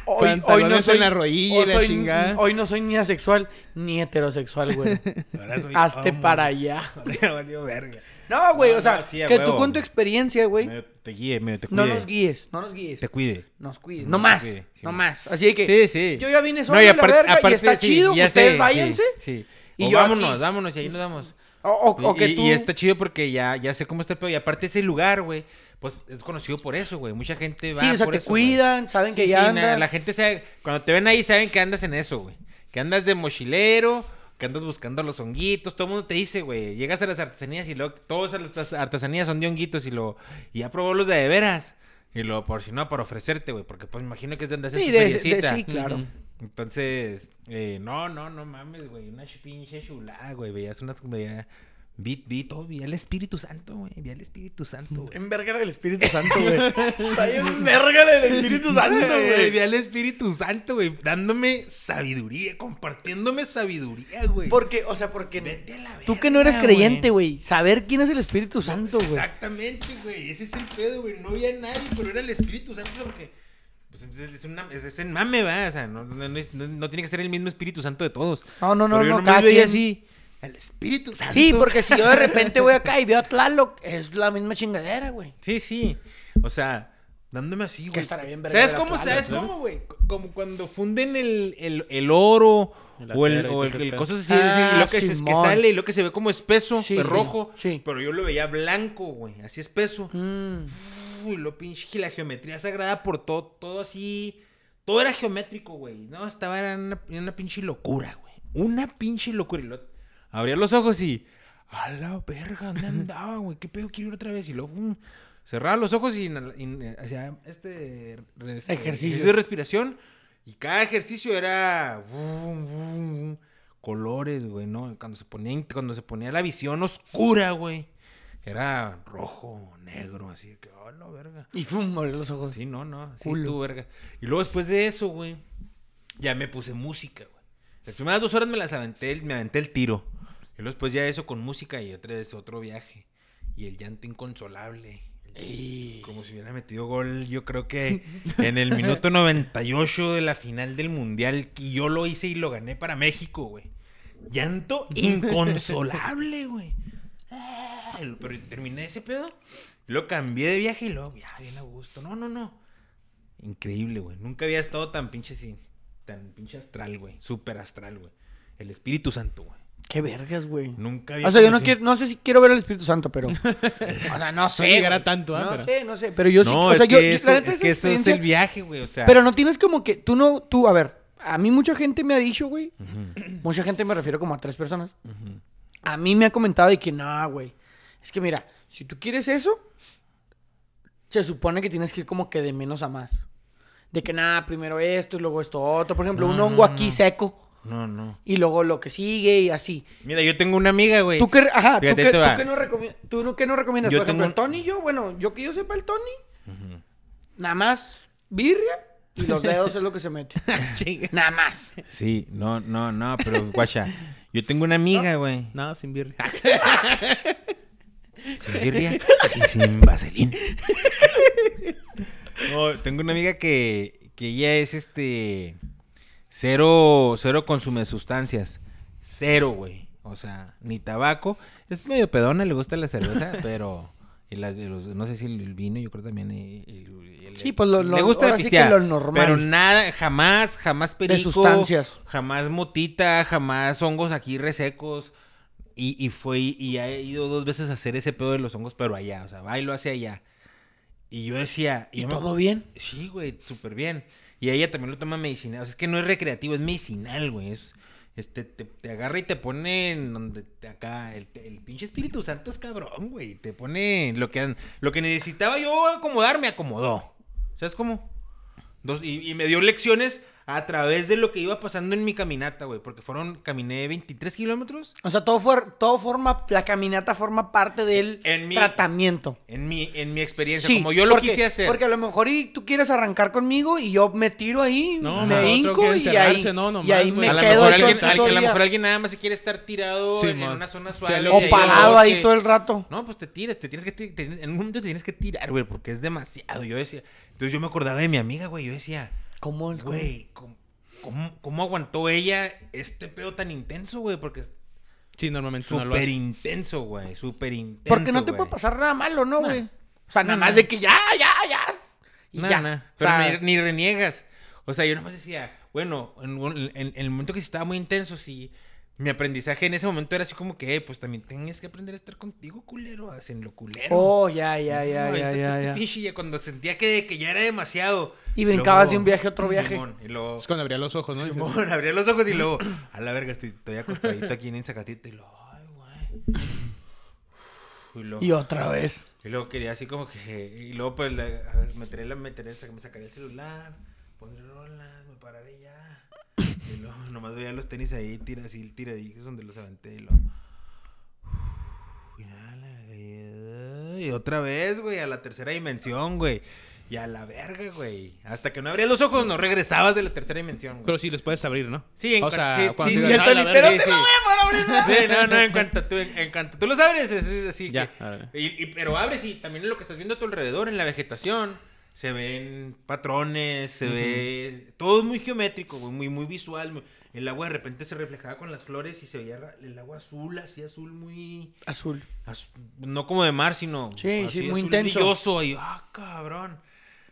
S3: hoy no
S2: Pantalones
S3: soy
S2: en la rodilla y
S3: hoy
S2: la
S3: soy-
S2: chingada.
S3: Hoy no soy ni asexual ni heterosexual, güey.
S1: Ahora soy
S3: Hazte
S1: homo.
S3: para allá.
S1: Ya valió verga.
S3: No, güey,
S1: No,
S3: o sea,
S1: no, sí, a
S3: que tú
S1: huevo.
S3: con tu experiencia, güey,
S1: Medio te guíe, medio te
S3: no
S1: cuide.
S3: nos guíes, no nos guíes.
S1: Te cuide.
S3: Nos cuides.
S1: Nos
S3: No más,
S1: cuide, sí.
S3: no más. Así de que
S1: Sí, sí.
S3: yo ya vine solo
S1: No, y
S3: a la
S1: apar-
S3: verga y
S1: aparte,
S3: está
S1: sí,
S3: chido,
S1: ya
S3: ustedes
S1: sé, sí,
S3: váyanse.
S1: Sí.
S3: y
S1: O
S3: yo
S1: vámonos,
S3: aquí.
S1: vámonos, y ahí nos vamos.
S3: O, o- o
S1: Y-
S3: que
S1: y, este
S3: tú...
S1: y está chido porque ya, ya sé cómo está el pedo. Y aparte ese lugar, güey, pues es conocido por eso, güey. Mucha gente va
S3: Sí, o sea,
S1: por
S3: te
S1: eso, güey.
S3: cuidan, saben que
S1: Sí,
S3: ya
S1: na-
S3: anda.
S1: La gente sabe, cuando te ven ahí saben que andas en eso, güey. Que andas de mochilero, que andas buscando los honguitos, todo el mundo te dice, güey. Llegas a las artesanías y luego todas las artesanías son de honguitos y lo y ya probó los de de veras. Y lo por si no para ofrecerte, güey, porque pues me imagino que es donde haces
S3: Sí,
S1: su
S3: de- de-
S1: feriecita.
S3: sí, claro.
S2: Ujú.
S1: Entonces, eh, no, no, no mames, güey, una ch- pinche chulada, güey. Veías unas veía beat beat, oh, veía el Espíritu Santo, güey, veía el Espíritu Santo, güey.
S3: En verga el Espíritu Santo, güey. Está en verga el Espíritu Santo,
S1: güey.
S3: güey.
S1: Vi al Espíritu Santo, güey. Dándome sabiduría, compartiéndome sabiduría, güey.
S3: Porque, o sea, porque
S1: Vete a la
S3: tú que no eres
S1: verga,
S3: creyente, Ah, güey, saber quién es el Espíritu Santo, güey.
S1: Exactamente, güey. Ese es el pedo, güey. No había nadie, pero era el Espíritu Santo porque. Pues entonces es, una, es, es en mame, va. O sea, no, no- no es- no- no tiene que ser el mismo Espíritu Santo de todos.
S3: No, no, no,
S1: Pero yo
S3: no,
S1: nomás
S3: cada
S1: veía
S3: quien.
S1: así. El Espíritu Santo.
S3: Sí, porque si yo de repente voy acá y veo a Tlaloc, es la misma chingadera, güey.
S1: Sí, sí. O sea, dándome así, güey.
S3: estará bien verga
S1: ¿Sabes
S3: la
S1: cómo?
S3: plana,
S1: ¿Sabes
S2: ¿no?
S1: cómo, güey? C- Como cuando funden el, el, el oro
S2: El
S1: o el,
S2: acero
S1: o
S2: y todo
S1: el,
S2: ese
S1: el
S2: pedo.
S1: cosas así.
S3: Ah,
S1: sí, y lo que, se, que
S3: Simón.
S1: sale y lo que se ve como espeso,
S3: Sí,
S1: pero
S3: sí,
S1: rojo.
S3: sí.
S1: Pero yo lo veía blanco, güey. Así espeso.
S3: Mm.
S1: Uy, lo pinche la geometría sagrada por todo, todo así. Todo era geométrico, güey. No, estaba en una, en una pinche locura, güey. Una pinche locura. Y lo, abría los ojos y. A la verga, ¿dónde andaba, güey? ¿Qué pedo quiero ir otra vez? Y luego. mm, cerraba los ojos y, inhala- in- hacía este, re- este
S3: Ejercicio.
S1: de respiración. Y cada ejercicio era. bum, bum, bum, colores, güey, ¿no? Cuando se ponía, in- cuando se ponía la visión oscura, güey. Era rojo, negro, así de que, oh, la verga.
S3: Y fum, abrí los ojos.
S1: Sí, no, no, sí
S3: Culo.
S1: estuvo verga. Y luego después de eso, güey, ya me puse música, güey. Las primeras dos horas me las aventé, el- me aventé el tiro. Y luego después ya eso con música y otra vez otro viaje. Y el llanto inconsolable. Como si hubiera metido gol, yo creo que en el minuto 98 de la final del Mundial. Y yo lo hice y lo gané para México, güey. Llanto inconsolable, güey. Ah, y lo- Pero terminé ese pedo. Lo cambié de viaje y luego, ya, bien a gusto. No, no, no. Increíble, güey. Nunca había estado tan pinche así. Tan pinche astral, güey. Súper astral, güey. El Espíritu Santo, güey.
S3: Qué vergas, güey.
S1: Nunca había
S3: O sea, yo no
S1: conocido-
S3: quiero, no sé si quiero ver al Espíritu Santo, pero. O sea, no sé.
S2: llegar a
S3: güey.
S2: tanto, ¿ah?
S3: No
S2: Pero-
S3: sé, no sé. Pero yo sí.
S1: No,
S3: o sea,
S1: es
S3: yo.
S1: que
S3: yo-
S1: eso,
S3: la neta,
S1: es
S3: esa
S1: que eso es
S3: experiencia-
S1: el viaje, güey. O sea.
S3: Pero no tienes como que. Tú no. Tú, a ver. A mí mucha gente me ha dicho, güey. Mucha gente me refiero como a tres personas. A mí me ha comentado de que, no, güey. Es que mira, si tú quieres eso, se supone que tienes que ir como que de menos a más. De que, nada, primero esto y luego esto otro. Por ejemplo,
S1: No,
S3: un
S1: no,
S3: hongo
S1: no,
S3: aquí
S1: no.
S3: seco
S1: No, no.
S3: y luego lo que sigue y así.
S1: Mira, yo tengo una amiga, güey.
S3: ¿Tú qué, ajá, ¿tú
S1: Fíjate,
S3: qué,
S1: ahí te
S3: tú
S1: va.
S3: qué no recomiendas? ¿Tú no- qué no recomiendas?
S1: Yo
S3: Por ejemplo,
S1: tengo
S3: el Tony y yo, bueno, yo que yo sepa el Tony, nada más birria y los dedos es lo que se mete.
S1: Ah,
S2: Chinga.
S3: Nada más.
S1: Sí, no, no, no, pero guacha. Yo tengo una amiga, güey.
S2: No, sin birria.
S1: Sin birria y sin vaselina. No, tengo una amiga que, que ella es este. Cero, cero consume sustancias. Cero, güey. O sea, ni tabaco. Es medio pedona, le gusta la cerveza, pero. y las- y los- no sé si el, el vino, yo creo también. y- y- y el-
S3: Sí, pues lo- lo-
S1: le gusta
S3: ahora sí que
S1: pistear,
S3: lo normal.
S1: Pero nada, jamás, jamás perico.
S3: sustancias.
S1: Jamás motita, jamás hongos aquí resecos. Y, y fue y ha ido dos veces a hacer ese pedo de los hongos, pero allá, o sea, va y lo hace allá. Y yo decía, y
S3: ¿Y
S1: yo me-
S3: todo bien?
S1: Sí, güey, súper bien. Y ella también lo toma medicinal. O sea, es que no es recreativo, es medicinal, güey. Es, este, te, te agarra y te pone en donde te- acá. El, el pinche Espíritu Santo es cabrón, güey. Te pone lo que, an- lo que necesitaba yo acomodar, me acomodó. ¿Sabes cómo? Dos- y, y me dio lecciones a través de lo que iba pasando en mi caminata, güey. Porque fueron, caminé 23 kilómetros.
S3: O sea, todo, fue, todo forma, la caminata forma parte del
S1: En mi-
S3: tratamiento.
S1: En mi, en mi experiencia,
S3: Sí,
S1: como yo lo
S3: porque-
S1: quise hacer.
S3: Porque a lo mejor y tú quieres arrancar conmigo y yo me tiro ahí,
S2: No,
S3: me
S2: otro que
S3: hinco y ahí,
S2: encerrarse, no, nomás,
S3: y ahí
S2: güey.
S3: me
S1: a lo
S3: quedo
S1: mejor
S3: ahí todo el
S1: alguien, alguien-
S3: puto
S1: a lo
S3: día.
S1: mejor alguien nada más se quiere estar tirado
S2: Sí,
S1: en, en
S2: man.
S1: una zona
S2: O sea,
S1: suave.
S2: lo
S1: y
S3: o
S1: ahí
S3: parado
S1: los
S3: ahí
S1: que-
S3: todo el rato.
S1: No, pues te tiras, te tienes que ti- te- en un momento te tienes que tirar, güey, porque es demasiado. Yo decía, entonces yo me acordaba de mi amiga, güey, yo decía,
S3: ¿Cómo el
S1: güey, ¿cómo, cómo, cómo aguantó ella este pedo tan intenso, güey? Porque
S2: Sí, normalmente no lo
S1: Súper
S2: hace.
S1: intenso, güey. Súper intenso.
S3: Porque no te
S1: güey.
S3: puede pasar nada malo, ¿no, güey? O sea, nada
S1: Nah,
S3: más
S1: nah.
S3: de que ya, ya, ya. Y
S1: Nah,
S3: ya.
S1: nah.
S3: O
S1: Pero
S3: sea,
S1: ni, ni reniegas. O sea, yo nomás decía, bueno, en, un- en- en el momento que sí estaba muy intenso, sí. Mi aprendizaje en ese momento era así como que, eh, pues también tenías que aprender a estar contigo, culero, hacen lo culero.
S3: Oh, ya, ya, ya,
S1: No,
S3: ya,
S1: ahorita
S3: ya,
S1: te-
S3: ya.
S1: te pinche, ya cuando sentía que, que ya era demasiado.
S3: Y brincabas
S1: luego-
S3: de un viaje a otro viaje.
S1: Simón, y luego,
S2: Es cuando abría los ojos, ¿no? Dices,
S1: Simón, abría los ojos y luego, a la verga, estoy, estoy acostadito aquí en el Zacatito. Y luego, ay, güey. Y luego,
S3: Y otra vez.
S1: y luego quería así como que. Y luego, pues, la, a ver, meteré la, meteré, sac- me sacaría el celular, pondré rolas, me pararé ya. Y luego, nomás veía los tenis ahí, tira así, tiradillos donde los aventé. Y luego. Y, nada, la- y otra vez, güey, a la tercera dimensión, güey. Y a la verga, güey. Hasta que no abrías los ojos, no regresabas de la tercera dimensión, güey.
S2: Pero sí los puedes abrir, ¿no?
S1: Sí, en
S2: O
S1: cua-
S2: sea,
S1: sí,
S2: cuando
S1: sí,
S2: digas,
S1: sí, el
S2: "Ah, la
S1: Tony,
S2: verga".
S1: pero
S2: Sí,
S1: te
S2: sí.
S1: lo voy a poder abrir, ¿no? Sí, no, no, en cuanto tú, en cuanto tú los abres, es, es así.
S2: Ya,
S1: que-
S2: a ver.
S1: y- y- pero abres y también en lo que estás viendo a tu alrededor, en la vegetación, se ven patrones, se ve. Todo es muy geométrico, güey, muy, muy visual. muy- el agua de repente se reflejaba con las flores y se veía ra- el agua azul, así azul, muy.
S3: Azul.
S1: Az- no como de mar, sino.
S3: Sí, sí,
S1: así,
S3: muy
S1: azul
S3: intenso.
S1: brilloso, y, ah, cabrón.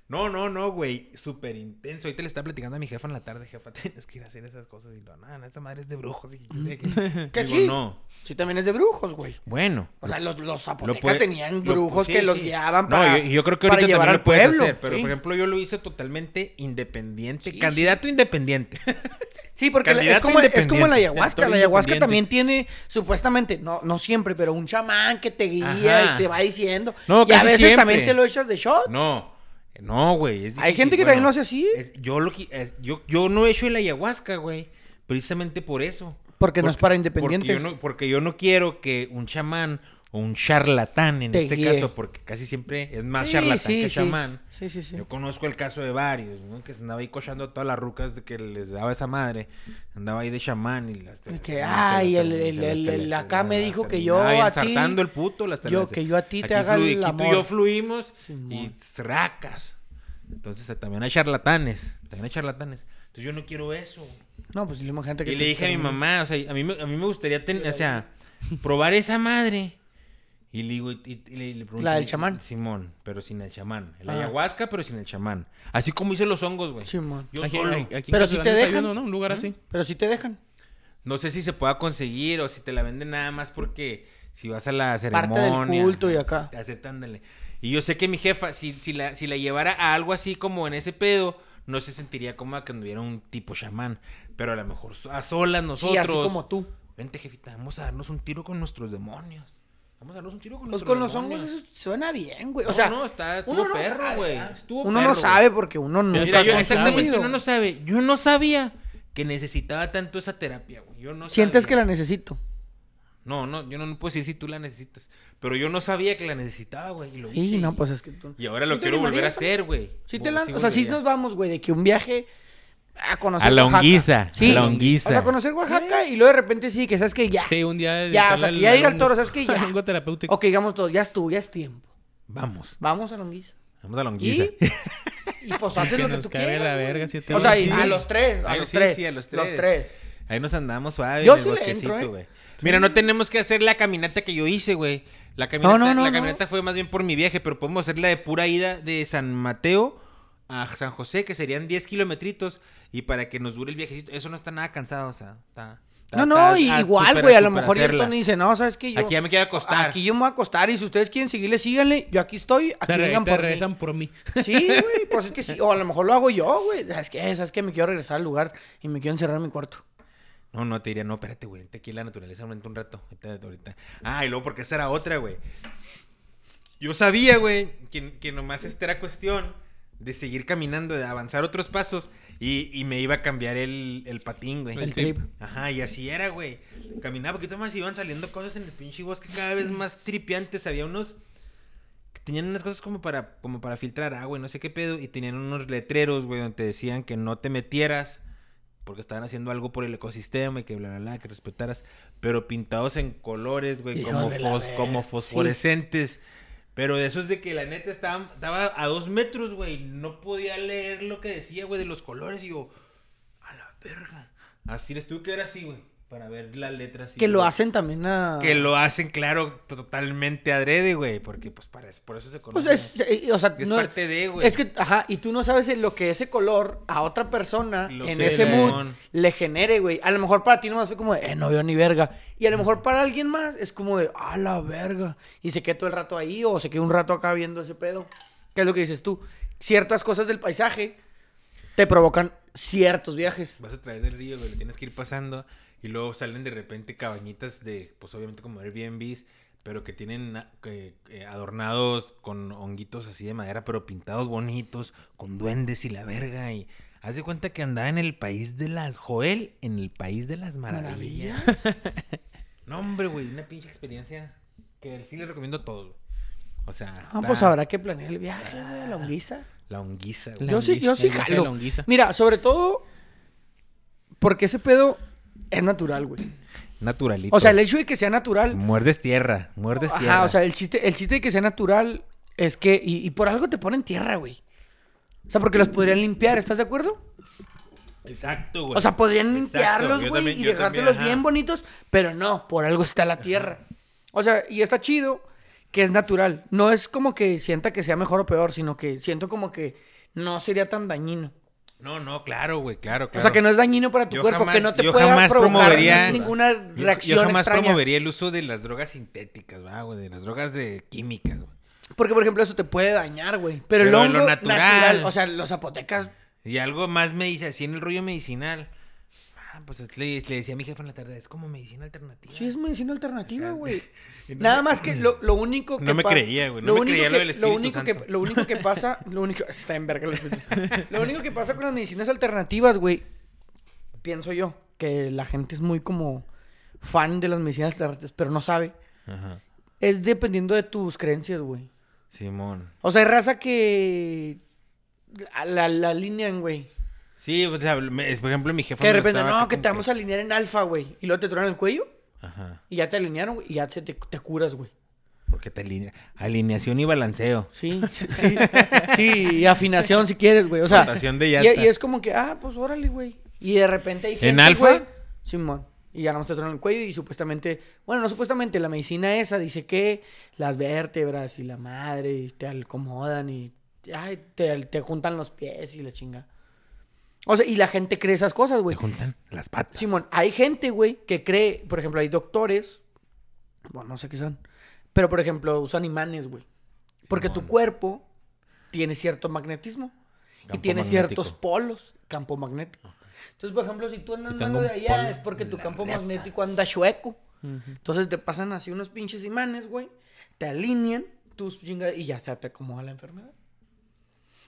S1: No, no, no, güey. Súper intenso. Ahorita le estaba platicando a mi jefa en la tarde, jefa, tienes que ir a hacer esas cosas. Y no, nada, esta madre es de brujos. Y yo sé que-
S3: Que
S1: Digo,
S3: sí.
S1: no.
S3: Sí, también es de brujos, güey.
S1: Bueno.
S3: O sea, los, los
S1: lo
S3: zapotecas
S1: puede-
S3: tenían
S1: lo-
S3: brujos
S1: sí,
S3: que los
S1: sí.
S3: guiaban
S1: No,
S3: para,
S1: y- y yo creo que
S3: para
S1: ahorita
S3: llevar
S1: también
S3: al
S1: lo puedes
S3: pueblo.
S1: hacer, pero
S3: sí.
S1: por ejemplo, yo lo hice totalmente independiente.
S3: Sí,
S1: candidato independiente.
S3: Sí, porque la- es
S1: Candidato
S3: como, es como la
S1: independiente.
S3: ayahuasca.
S2: Actor
S3: La ayahuasca
S2: independiente.
S3: también tiene, supuestamente, no, no siempre, pero un chamán que te guía
S1: Ajá.
S3: y te va diciendo.
S1: No,
S3: y a
S1: casi
S3: veces
S1: siempre.
S3: también te lo echas de shot.
S1: No, no, güey. es
S3: Hay
S1: difícil,
S3: gente que
S1: bueno,
S3: también lo hace así.
S1: es- yo, lo, qui- es- yo, yo no he hecho el ayahuasca, güey. Precisamente por eso.
S3: Porque no es para
S1: Porque yo,
S3: independientes.
S1: no, porque yo no quiero que un chamán o un charlatán, en
S3: Te
S1: este
S3: guíe.
S1: caso, porque casi siempre es más
S3: Sí,
S1: charlatán
S3: sí,
S1: que
S3: sí.
S1: chamán.
S3: Sí, sí, sí.
S1: Yo conozco el caso de varios, ¿no? Que andaba ahí cochando a todas las rucas de que les daba esa madre. Andaba ahí de chamán y las...
S3: Y
S1: las-
S3: que,
S1: las-
S3: ay,
S1: las-
S3: el-
S1: las-
S3: el-
S1: las-
S3: el-
S1: las-
S3: el
S1: las-
S3: acá me
S1: las-
S3: dijo
S1: las-
S3: que yo
S1: ay,
S3: a ti-
S1: ensartando el puto. Las,
S3: yo-
S1: las-
S3: que yo a ti te
S1: aquí
S3: haga el
S1: fluí- aquí tú y yo
S3: amor.
S1: fluimos y
S3: Simón.
S1: tracas. Entonces eh, también hay charlatanes. También hay charlatanes. Entonces yo no quiero eso.
S3: No, pues imagínate que.
S1: Y
S3: te
S1: le dije a mi
S3: termines.
S1: mamá, o sea, a mí, me- a mí me gustaría ten- o sea, probar esa madre. Y le digo, y, y- y le, le pregunto-
S3: ¿La del chamán?
S1: Simón, pero sin el chamán. El
S3: Ah.
S1: ayahuasca, pero sin el chamán. Así como hice los hongos, güey.
S3: Simón.
S1: Yo
S2: Aquí-
S1: solo.
S2: aquí- aquí
S3: Pero
S2: en
S3: si
S2: Casa
S3: te
S2: Grande
S3: dejan.
S2: hay uno, ¿no? Un lugar así.
S3: Pero si te dejan.
S1: No sé si se pueda conseguir o si te la venden nada más porque si vas a la
S3: del
S1: ceremonia.
S3: culto y acá.
S1: sí, Hacerte, ándale. Y yo sé que mi jefa, si, si, la, si la llevara a algo así como en ese pedo, no se sentiría cómoda que anduviera un tipo chamán. Pero a lo mejor so- a solas
S3: Sí,
S1: nosotros.
S3: así como tú.
S1: Vente, jefita, vamos a darnos un tiro con nuestros demonios. Vamos a darnos un tiro con
S3: Pues
S1: nuestros
S3: con los
S1: demonios.
S3: hongos eso suena bien, güey. O
S1: No,
S3: sea,
S1: no, está, estuvo
S3: uno no
S1: perro,
S3: sabe,
S1: güey.
S3: ¿verdad?
S1: Estuvo
S3: Uno
S1: perro,
S3: no
S1: güey.
S3: sabe porque uno no.
S1: Mira,
S2: Está
S1: yo,
S2: con-
S1: exactamente,
S2: está,
S1: uno no sabe. Yo no sabía que necesitaba tanto esa terapia, güey. Yo no
S3: Sientes
S1: sabía.
S3: que la necesito.
S1: No, no, yo no, no puedo decir si tú la necesitas. Pero yo no sabía que la necesitaba, güey. Y lo hice.
S3: Y no,
S1: y-
S3: pues es que tú.
S1: Y ahora
S3: ¿Tú
S1: lo
S3: te
S1: quiero volver a
S3: animarías?
S1: hacer, güey.
S3: Sí te
S1: Vol-
S3: lan- o sea, sí
S1: volvería.
S3: nos vamos, güey, de que un viaje a conocer
S1: A la
S3: Oaxaca.
S1: honguiza,
S3: Sí.
S1: a la honguiza.
S3: O sea, conocer Oaxaca y luego de repente sí, que sabes que ya.
S2: Sí, un día.
S3: Ya, o
S2: dedicarle
S3: sea, que
S2: al-
S3: ya
S2: al
S3: diga el
S2: hongo-
S3: toro, ¿sabes qué?
S2: al
S3: Ya.
S2: hongo terapéutico.
S3: O que digamos todos, ya estuvo, ya es tiempo.
S1: Vamos,
S3: Vamos a la honguiza.
S1: vamos a la honguiza.
S3: Y, y pues haces
S2: Que
S3: lo que
S2: nos
S3: tú
S2: cargue
S3: quieras.
S2: la
S3: güey.
S2: verga, si te-
S3: o sea, y
S1: Sí.
S3: a los tres, a
S1: Ay,
S3: los
S1: sí,
S3: tres.
S1: sí, a los tres.
S3: Los tres.
S1: Ahí nos andamos suave
S3: Yo
S1: en el
S3: sí le
S1: bosquecito,
S3: entro, ¿eh?
S1: güey. Mira, no tenemos que hacer la caminata que yo hice, güey. La caminata,
S3: No, no, no,
S1: la
S3: no.
S1: caminata fue más bien por mi viaje, pero podemos hacer la de pura ida de San Mateo a San José, que serían 10 kilometritos, y para que nos dure el viajecito. Eso no está nada cansado, o sea, está... está-
S3: No, no,
S1: está-
S3: y
S1: ah,
S3: igual,
S1: supera-
S3: güey. A lo
S1: supera
S3: mejor ya el
S1: hacerla.
S3: Tony dice, no, ¿sabes qué? Yo,
S1: Aquí ya me quiero acostar.
S3: Aquí yo me voy a acostar y si ustedes quieren seguirle, síganle. Yo aquí estoy, aquí
S2: Te, re-
S3: vengan
S2: te
S3: por mí.
S2: regresan por mí.
S3: Sí, güey, pues es que sí. O a lo mejor lo hago yo, güey. ¿Sabes qué? ¿Sabes qué? Me quiero regresar al lugar y me quiero encerrar en mi cuarto.
S1: No, no, te diría, no, espérate, güey, vente aquí en la naturaleza vente un rato, ahorita, ahorita. Ah, y luego porque esa era otra, güey. Yo sabía, güey, que, que nomás esta era cuestión de seguir caminando, de avanzar otros pasos, y, y me iba a cambiar el, el patín, güey.
S2: El
S3: El
S2: trip.
S3: trip.
S1: Ajá, y así era, güey. Caminaba poquito más y iban saliendo cosas en el pinche bosque cada vez más tripiantes. Había unos que tenían unas cosas como para, como para filtrar agua y no sé qué pedo. Y tenían unos letreros, güey, donde te decían que no te metieras porque estaban haciendo algo por el ecosistema y que bla, bla, bla, que respetaras. Pero pintados en colores, güey,
S3: Hijos
S1: como,
S3: de la
S1: fos-
S3: ver-
S1: como
S3: sí.
S1: fosforescentes. Pero de esos de que la neta estaba, estaba a dos metros, güey. No podía leer lo que decía, güey, de los colores. Y yo, a la verga. Así les tuve que ver así, güey. Para ver las letras. y-
S3: Que lo hacen también a...
S1: Que lo hacen, claro, totalmente adrede, güey. Porque, pues, para, por eso se
S3: Pues
S1: conoce.
S3: es, eh, o sea,
S1: Es
S3: no-
S1: parte de, güey.
S3: Es que, ajá, y tú no sabes en lo que ese color a otra persona
S1: Lo
S3: en
S1: que
S3: ese
S1: le-
S3: mood le genere, güey. A lo mejor para ti nomás fue como de, eh, no veo ni verga. Y a lo mejor para alguien más es como de, a la verga. Y se queda todo el rato ahí o se queda un rato acá viendo ese pedo. ¿Qué es lo que dices tú? Ciertas cosas del paisaje te provocan ciertos viajes.
S1: Vas a través del río, güey, lo tienes que ir pasando. Y luego salen de repente cabañitas de, pues obviamente como Airbnbs, pero que tienen ah, que, eh, adornados con honguitos así de madera, pero pintados bonitos, con duendes y la verga. Y haz de cuenta que andaba en el país de las Joel, en el país de las maravillas. no, hombre, güey, una pinche experiencia que sí le recomiendo a todos. güey. O sea,
S3: Ah,
S1: está
S3: pues habrá que planear el viaje, güey, la honguiza.
S1: la honguiza, güey.
S2: La
S3: Yo sí, yo
S2: honguiza,
S3: sí
S2: el viaje de la
S3: jalo.
S2: honguiza.
S3: Mira, sobre todo porque ese pedo es natural, güey.
S1: naturalito.
S3: O sea, el hecho de que sea natural.
S1: Muerdes tierra, muerdes tierra.
S3: Ajá, o sea, el chiste, el chiste de que sea natural es que. Y, y por algo te ponen tierra, güey. O sea, porque los podrían limpiar, ¿estás de acuerdo?
S1: Exacto, güey.
S3: O sea, podrían
S1: Pues, Exacto,
S3: limpiarlos,
S1: yo
S3: güey,
S1: también-
S3: y
S1: yo
S3: dejártelos
S1: también, ajá.
S3: bien bonitos, pero no, por algo está la tierra. O sea, y está chido que es natural. No es como que sienta que sea mejor o peor, sino que siento como que no sería tan dañino.
S1: No, no, claro, güey, claro, claro.
S3: O sea, que no es dañino para tu
S1: Yo
S3: cuerpo,
S1: jamás-
S3: que no te
S1: yo
S3: pueda
S1: jamás
S3: provocar
S1: promovería-
S3: ninguna
S1: Yo-
S3: reacción
S1: Yo jamás
S3: extraña.
S1: promovería el uso de las drogas sintéticas, ¿va, güey? De las drogas de químicas, güey.
S3: Porque, por ejemplo, eso te puede dañar, güey. Pero, el
S1: Pero
S3: hongo
S1: lo
S3: natural,
S1: natural-
S3: o sea, los zapotecas
S1: Y algo más me dice así en el rollo medicinal. Ah, pues le, le decía a mi jefa en la tarde, es como medicina alternativa.
S3: Sí, es medicina alternativa,
S1: Ajá.
S3: güey.
S1: Y no
S3: Nada
S1: me-
S3: más que lo, lo único que
S1: No me
S3: pa-
S1: creía, güey, no me
S3: único
S1: creía lo
S3: que-
S1: del Espíritu
S3: único
S1: Santo.
S3: Que, lo único que pasa, lo único está en verga el Espíritu. Lo único que pasa con las medicinas alternativas, güey, pienso yo, que la gente es muy como fan de las medicinas alternativas, pero no sabe.
S1: Ajá.
S3: Es dependiendo de tus creencias, güey.
S1: Simón.
S3: O sea, hay raza que la, la, la alinean, güey.
S1: Sí, pues, o sea, me- es- por ejemplo, mi jefa...
S3: Que de
S1: me
S3: repente,
S1: estaba
S3: no, que te
S1: como
S3: vamos a alinear en alfa, güey. Y luego te tronan el cuello
S1: Ajá.
S3: y ya te alinearon, güey, y ya te- te- te curas, güey.
S1: Porque te alinea... Alineación y balanceo.
S3: Sí, sí, sí, y afinación si quieres, güey. O sea,
S1: Rotación de
S3: y,
S1: llanta.
S3: y es como que, ah, pues órale, güey. Y de repente hay gente.
S1: alfa?
S3: güey, Simón. Y ya no te tronan el cuello y supuestamente, bueno, no supuestamente, la medicina esa dice que las vértebras y la madre y te acomodan y ay, te, te juntan los pies y la chinga. O sea, y la gente cree esas cosas,
S1: Te
S3: güey.
S1: juntan las patas.
S3: Simón, hay gente, güey, que cree, por ejemplo, hay doctores, bueno, no sé qué son, pero por ejemplo, usan imanes, güey. Porque tu
S1: Simón.
S3: cuerpo tiene cierto magnetismo y
S1: Campo
S3: tiene ciertos
S1: magnético.
S3: polos, campo magnético. Entonces, por ejemplo, si tú andas
S1: Y
S3: malo
S1: tengo
S3: de
S1: un polo
S3: allá es porque
S1: en
S3: tu
S1: la
S3: campo
S1: reata.
S3: magnético anda chueco.
S2: Ujú.
S3: Entonces te pasan así unos pinches imanes, güey, te alinean tus chingadas y ya se te acomoda la enfermedad.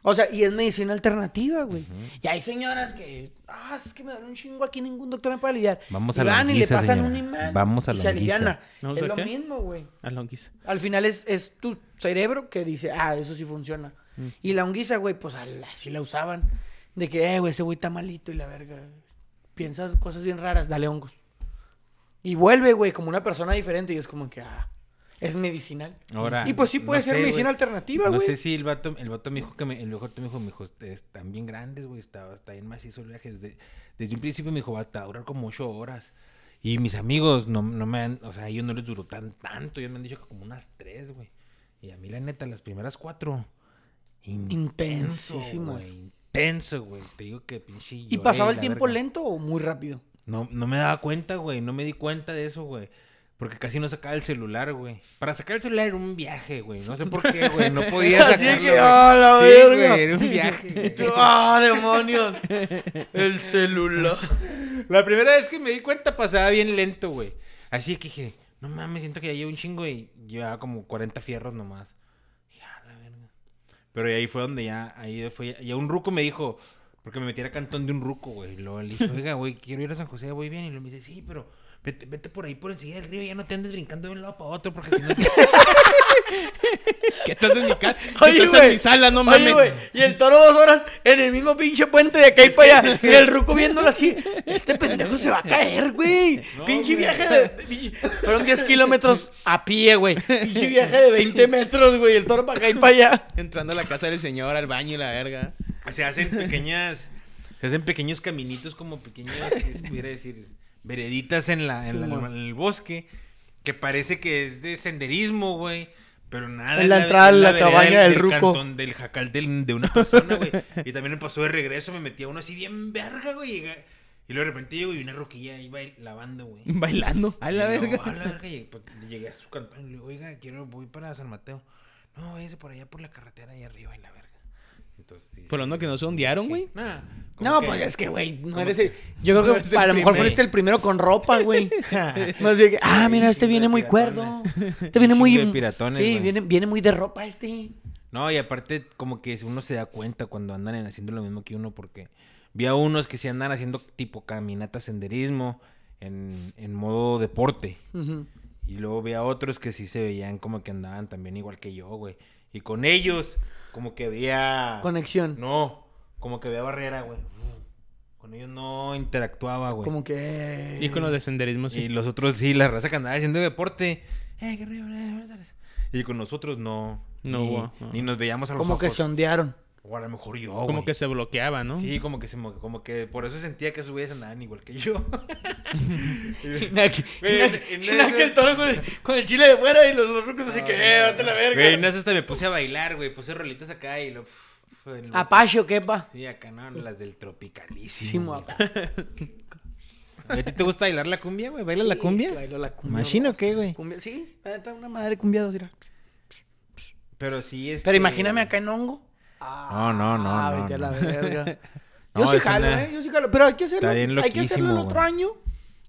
S3: O sea, y es medicina alternativa, güey. Y hay señoras que, ah, es que me dan un chingo aquí, ningún doctor me puede aliviar.
S1: Vamos
S3: Y
S1: a la
S3: van y le
S1: honguiza,
S3: pasan
S1: señora.
S3: un imán.
S1: Vamos a
S3: y
S1: la
S3: se
S1: honguiza.
S3: aliviana.
S2: ¿No?
S3: es
S2: ¿De
S3: lo
S2: qué?
S3: mismo, güey.
S2: A la honguiza.
S3: Al final es, es tu cerebro que dice, ah, eso sí funciona.
S2: Mm.
S3: Y la honguiza, güey, pues a la- así la usaban. De que, eh, güey, ese güey está malito y la verga. Piensas cosas bien raras, dale hongos. Y vuelve, güey, como una persona diferente y es como que, ah, es medicinal.
S1: Ahora,
S3: y pues sí puede
S1: no
S3: ser
S1: sé,
S3: medicina
S1: güey.
S3: alternativa,
S1: No
S3: güey.
S1: sé si el vato, el vato me dijo que me, el vato me dijo, me dijo, "Este, están bien grandes, güey, está, está bien macizo el viaje. Desde, desde un principio me dijo, va a durar como ocho horas. Y mis amigos no, no me han, o sea, ellos no les duró tan tanto, ellos me han dicho que como unas tres, güey. Y a mí la neta, las primeras cuatro. Intenso,
S3: Intensísimos.
S1: güey, Intenso, güey. Te digo que pinche.
S3: ¿Y
S1: lloré
S3: pasaba el
S1: la
S3: tiempo
S1: verga.
S3: lento o muy rápido?
S1: No, no me daba cuenta, güey. No me di cuenta de eso, güey. Porque casi no sacaba el celular, güey. Para sacar el celular era un viaje, güey. No sé por qué, güey. No podía sacarlo,
S3: Así que,
S1: güey.
S3: ¡ah, la
S1: Sí,
S3: verga!
S1: güey, era un viaje, güey.
S3: ¡Ah, demonios! el celular.
S1: La primera vez que me di cuenta pasaba bien lento, güey. Así que dije, no mames, siento que ya llevo un chingo y llevaba como 40 fierros nomás. Dije, "Ah, la verga. Pero ahí fue donde ya, ahí fue, ya un ruco me dijo, porque me metiera cantón de un ruco, güey. Y luego le dije, oiga, güey, quiero ir a San José, voy bien. Y lo me dice, sí, pero vete, vete por ahí, por enseguida del río, ya no te andes brincando de un lado para otro, porque si no...
S2: Que estás en mi casa.
S3: Oye,
S2: estás en
S3: güey.
S2: mi sala, no
S3: Oye,
S2: mames.
S3: güey. Y el toro dos horas en el mismo pinche puente de acá y para allá. Y el ruco viéndolo así. Este pendejo se va a caer, güey.
S1: No,
S3: pinche
S1: güey.
S3: viaje de. de- pinche- Fueron 10 kilómetros a pie, güey. Pinche viaje de 20 metros, güey. El toro para acá y para allá.
S2: Entrando a la casa del señor, al baño y la verga.
S1: Se hacen pequeñas, se hacen pequeños caminitos como pequeños, ¿qué se pudiera decir? vereditas en, la, en, la-
S3: Simón.
S1: en el bosque que parece que es de senderismo, güey. Pero nada.
S3: En
S1: es
S3: la entrada
S1: es
S3: de la
S1: vereda
S3: cabaña del ruco.
S1: cantón del jacal del- de una persona, güey. Y también me pasó de regreso, me metía uno así bien verga, güey. Y, y luego de repente llego y una roquilla ahí bail- lavando, güey.
S2: Bailando. A la
S1: Y luego,
S2: verga.
S1: A la verga. Llegué, pues, llegué a su cantón y le digo, oiga, quiero, voy para San Mateo. No, váyase por allá por la carretera ahí arriba, y la verga. Entonces, sí,
S2: Por lo
S1: sí,
S2: menos que no se ondearon, güey.
S1: Nah, como
S3: No,
S1: que-
S3: pues es que, güey, no
S1: como
S3: eres
S1: que-
S3: el... Yo creo
S2: eres
S3: que
S2: el
S3: a lo mejor
S1: primero.
S3: fuiste el primero con ropa, güey. Más bien que, ah, mira, este
S1: Chingo de
S3: viene muy cuerdo.
S1: piratones.
S3: Este viene muy...
S1: Chingo de piratones,
S3: sí,
S1: güey.
S3: viene, viene muy de ropa este.
S1: No, y aparte, como que uno se da cuenta cuando andan en- haciendo lo mismo que uno, porque vi a unos que se andan haciendo tipo caminata, senderismo, en, en modo deporte.
S3: Ujú.
S1: Y luego vi a otros que sí se veían como que andaban también igual que yo, güey. Y con ellos, como que había.
S3: Conexión.
S1: No, como que había barrera, güey. Con ellos no interactuaba, güey.
S3: Como que...
S2: Y con los de senderismo,
S1: Y
S2: sí.
S1: los otros sí, la raza que andaba haciendo deporte. "Eh, qué rico, eh, buenas tardes". Y con nosotros no.
S2: No
S1: ni,
S2: hubo, ajá.
S1: ni nos veíamos a los
S3: Como que
S1: ojos.
S3: se ondearon.
S1: O a lo mejor yo,
S2: Como
S1: güey.
S2: que se bloqueaba, ¿no?
S1: Sí, como que se mo- como que por eso sentía que sus güeyes andaban igual que yo.
S3: Mira que-
S1: Güey,
S3: mira
S1: en-
S3: que-
S1: en
S3: mira
S1: esas-
S3: que el toro con el, con el chile de fuera y los dos rucos así que, eh, vete a la verga.
S1: Güey, en eso hasta me puse a bailar, güey. Puse rolitas acá y lo. fue en el bosque.
S3: Apache o qué, pa.
S1: Sí, acá no, las del
S3: Sí,
S1: tropicalísimo.
S3: mo-
S1: güey. ¿A ti te gusta bailar la cumbia, güey? ¿Baila la cumbia?
S3: Bailó la cumbia.
S1: Machine o qué, güey?
S3: Cumbia- Sí, la neta, una madre cumbia dos, mira.
S1: Pero sí este, es.
S3: Pero imagíname acá en hongo.
S1: No, no, no,
S3: Ah,
S1: no,
S3: vete a la
S1: no.
S3: verga.
S1: No,
S3: Yo sí
S1: es
S3: jalo,
S1: una-
S3: eh. Yo sí jalo. Pero hay que hacerlo.
S1: Está bien
S3: hay que hacerlo el
S1: loquísimo,
S3: otro
S1: güey.
S3: año.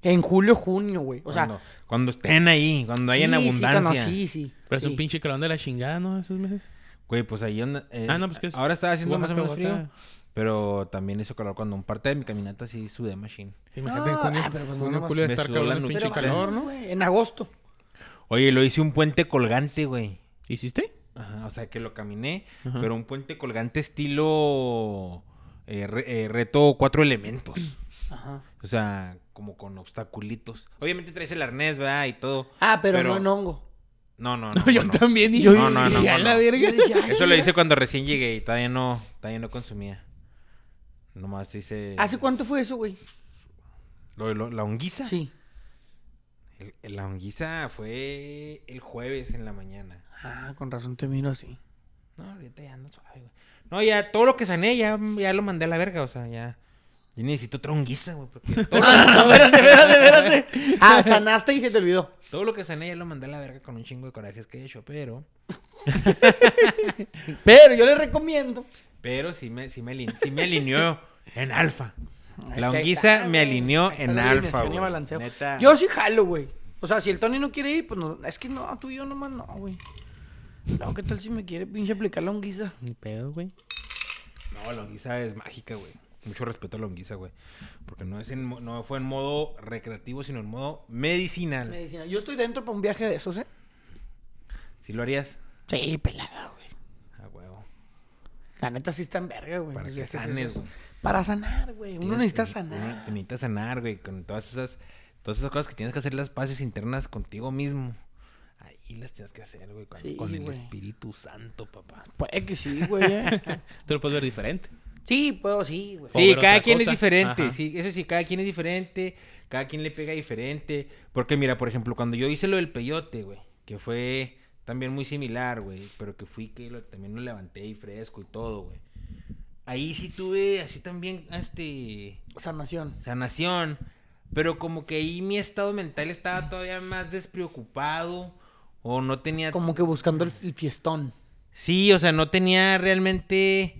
S3: En julio, junio, güey. O sea,
S1: cuando, cuando estén ahí, cuando hay en
S3: sí, sí,
S1: abundancia.
S3: cano, Sí, sí.
S2: Pero es un
S3: Sí.
S2: pinche calón de la chingada, ¿no? Esos meses.
S1: Güey, pues ahí onda- eh,
S2: Ah, no, pues que es
S1: Ahora estaba haciendo más o menos
S2: Oaxaca,
S1: frío.
S2: Oaxaca.
S1: Pero también hizo calor cuando un parte de mi caminata sí sudé machine.
S2: Imagínate en
S3: No,
S2: junio,
S3: ah, pero pues no,
S2: junio,
S3: nomás-
S2: julio
S1: Me
S2: estar
S1: sudó la
S2: cabrón el
S1: nuca.
S2: pinche
S3: Pero
S1: Pero
S2: calor, ¿no?
S3: güey, En agosto.
S1: Oye, lo hice un puente colgante, güey.
S2: ¿Hiciste?
S1: Ajá, o sea, que lo caminé,
S2: Ajá.
S1: pero un puente colgante estilo eh, re- eh, reto cuatro elementos.
S3: Ajá.
S1: O sea, como con obstaculitos. Obviamente traes el arnés, ¿verdad? Y todo.
S3: Ah, pero,
S1: Pero-
S3: no en hongo.
S1: No, no,
S2: No,
S1: no.
S2: yo
S1: no.
S2: también.
S3: Yo-
S2: dije,
S1: No, no, no,
S2: "Y a
S1: no,
S2: la
S1: no".
S2: verga.
S3: Yo dije, ay,
S1: Eso lo
S3: mira.
S1: hice cuando recién llegué y todavía no, todavía no consumía. Nomás hice...
S3: ¿Hace cuánto fue eso, güey?
S1: Lo- lo- la honguiza.
S3: Sí.
S1: El- el- la honguiza fue el jueves en la mañana.
S3: Ah, con razón te miro así.
S1: No, ahorita ya ando suave, güey. No, ya todo lo que sané ya, ya lo mandé a la verga, o sea, ya... Yo necesito otra honguiza, güey, porque todo,
S3: espérate, espérate, espérate. Ah, sanaste y se te olvidó.
S1: todo lo que sané ya lo mandé a la verga con un chingo de corajes que he hecho, pero...
S3: Pero yo le recomiendo.
S1: Pero sí me, sí me, alin- sí me alineó en alfa.
S3: Es que
S1: La
S3: ahí
S1: honguiza
S3: está,
S1: me
S3: güey.
S1: alineó
S3: Ahí está
S1: en
S3: la
S1: alfa,
S3: alineación y
S1: güey.
S3: balanceo.
S1: Neta.
S3: Yo sí jalo, güey. O sea, si el Tony no quiere ir, pues no. Es que no, tú y yo nomás no, güey. No, ¿qué tal si me quiere pinche aplicar la honguiza?
S2: Ni pedo, güey.
S1: No, la honguiza es mágica, güey. Mucho respeto a la honguiza, güey. Porque no, es en mo- no fue en modo recreativo, sino en modo medicinal.
S3: Medicina. Yo estoy dentro para un viaje de esos, ¿eh?
S1: ¿Sí lo harías?
S3: Sí, pelada, güey.
S1: A huevo.
S3: La neta sí está en verga, güey.
S1: Para
S3: Los
S1: que
S3: viajes
S1: sanes,
S3: esos.
S1: güey.
S3: Para sanar, güey. Uno necesita
S1: Tienes- uno
S3: sanar.
S1: te necesita sanar, güey. Con todas esas, todas esas cosas que tienes que hacer las paces internas contigo mismo. Ahí las tienes que hacer, güey. Con,
S3: Sí,
S1: con el
S3: güey.
S1: Espíritu Santo, papá.
S3: Puede que sí, güey. ¿eh?
S2: Tú lo puedes ver diferente.
S3: Sí, puedo, sí, güey.
S1: Sí,
S2: Pobre
S1: cada
S2: otra
S1: quien
S2: cosa.
S1: es diferente,
S2: Ajá.
S1: sí, eso sí, cada quien es diferente, cada quien le pega diferente, porque mira, por ejemplo, cuando yo hice lo del peyote, güey, que fue también muy similar, güey, pero que fui que lo- también lo levanté y fresco y todo, güey. Ahí sí tuve así también este
S3: Sanación.
S1: sanación, pero como que ahí mi estado mental estaba todavía más despreocupado o no tenía
S3: Como que buscando el, el fiestón.
S1: Sí, o sea, no tenía realmente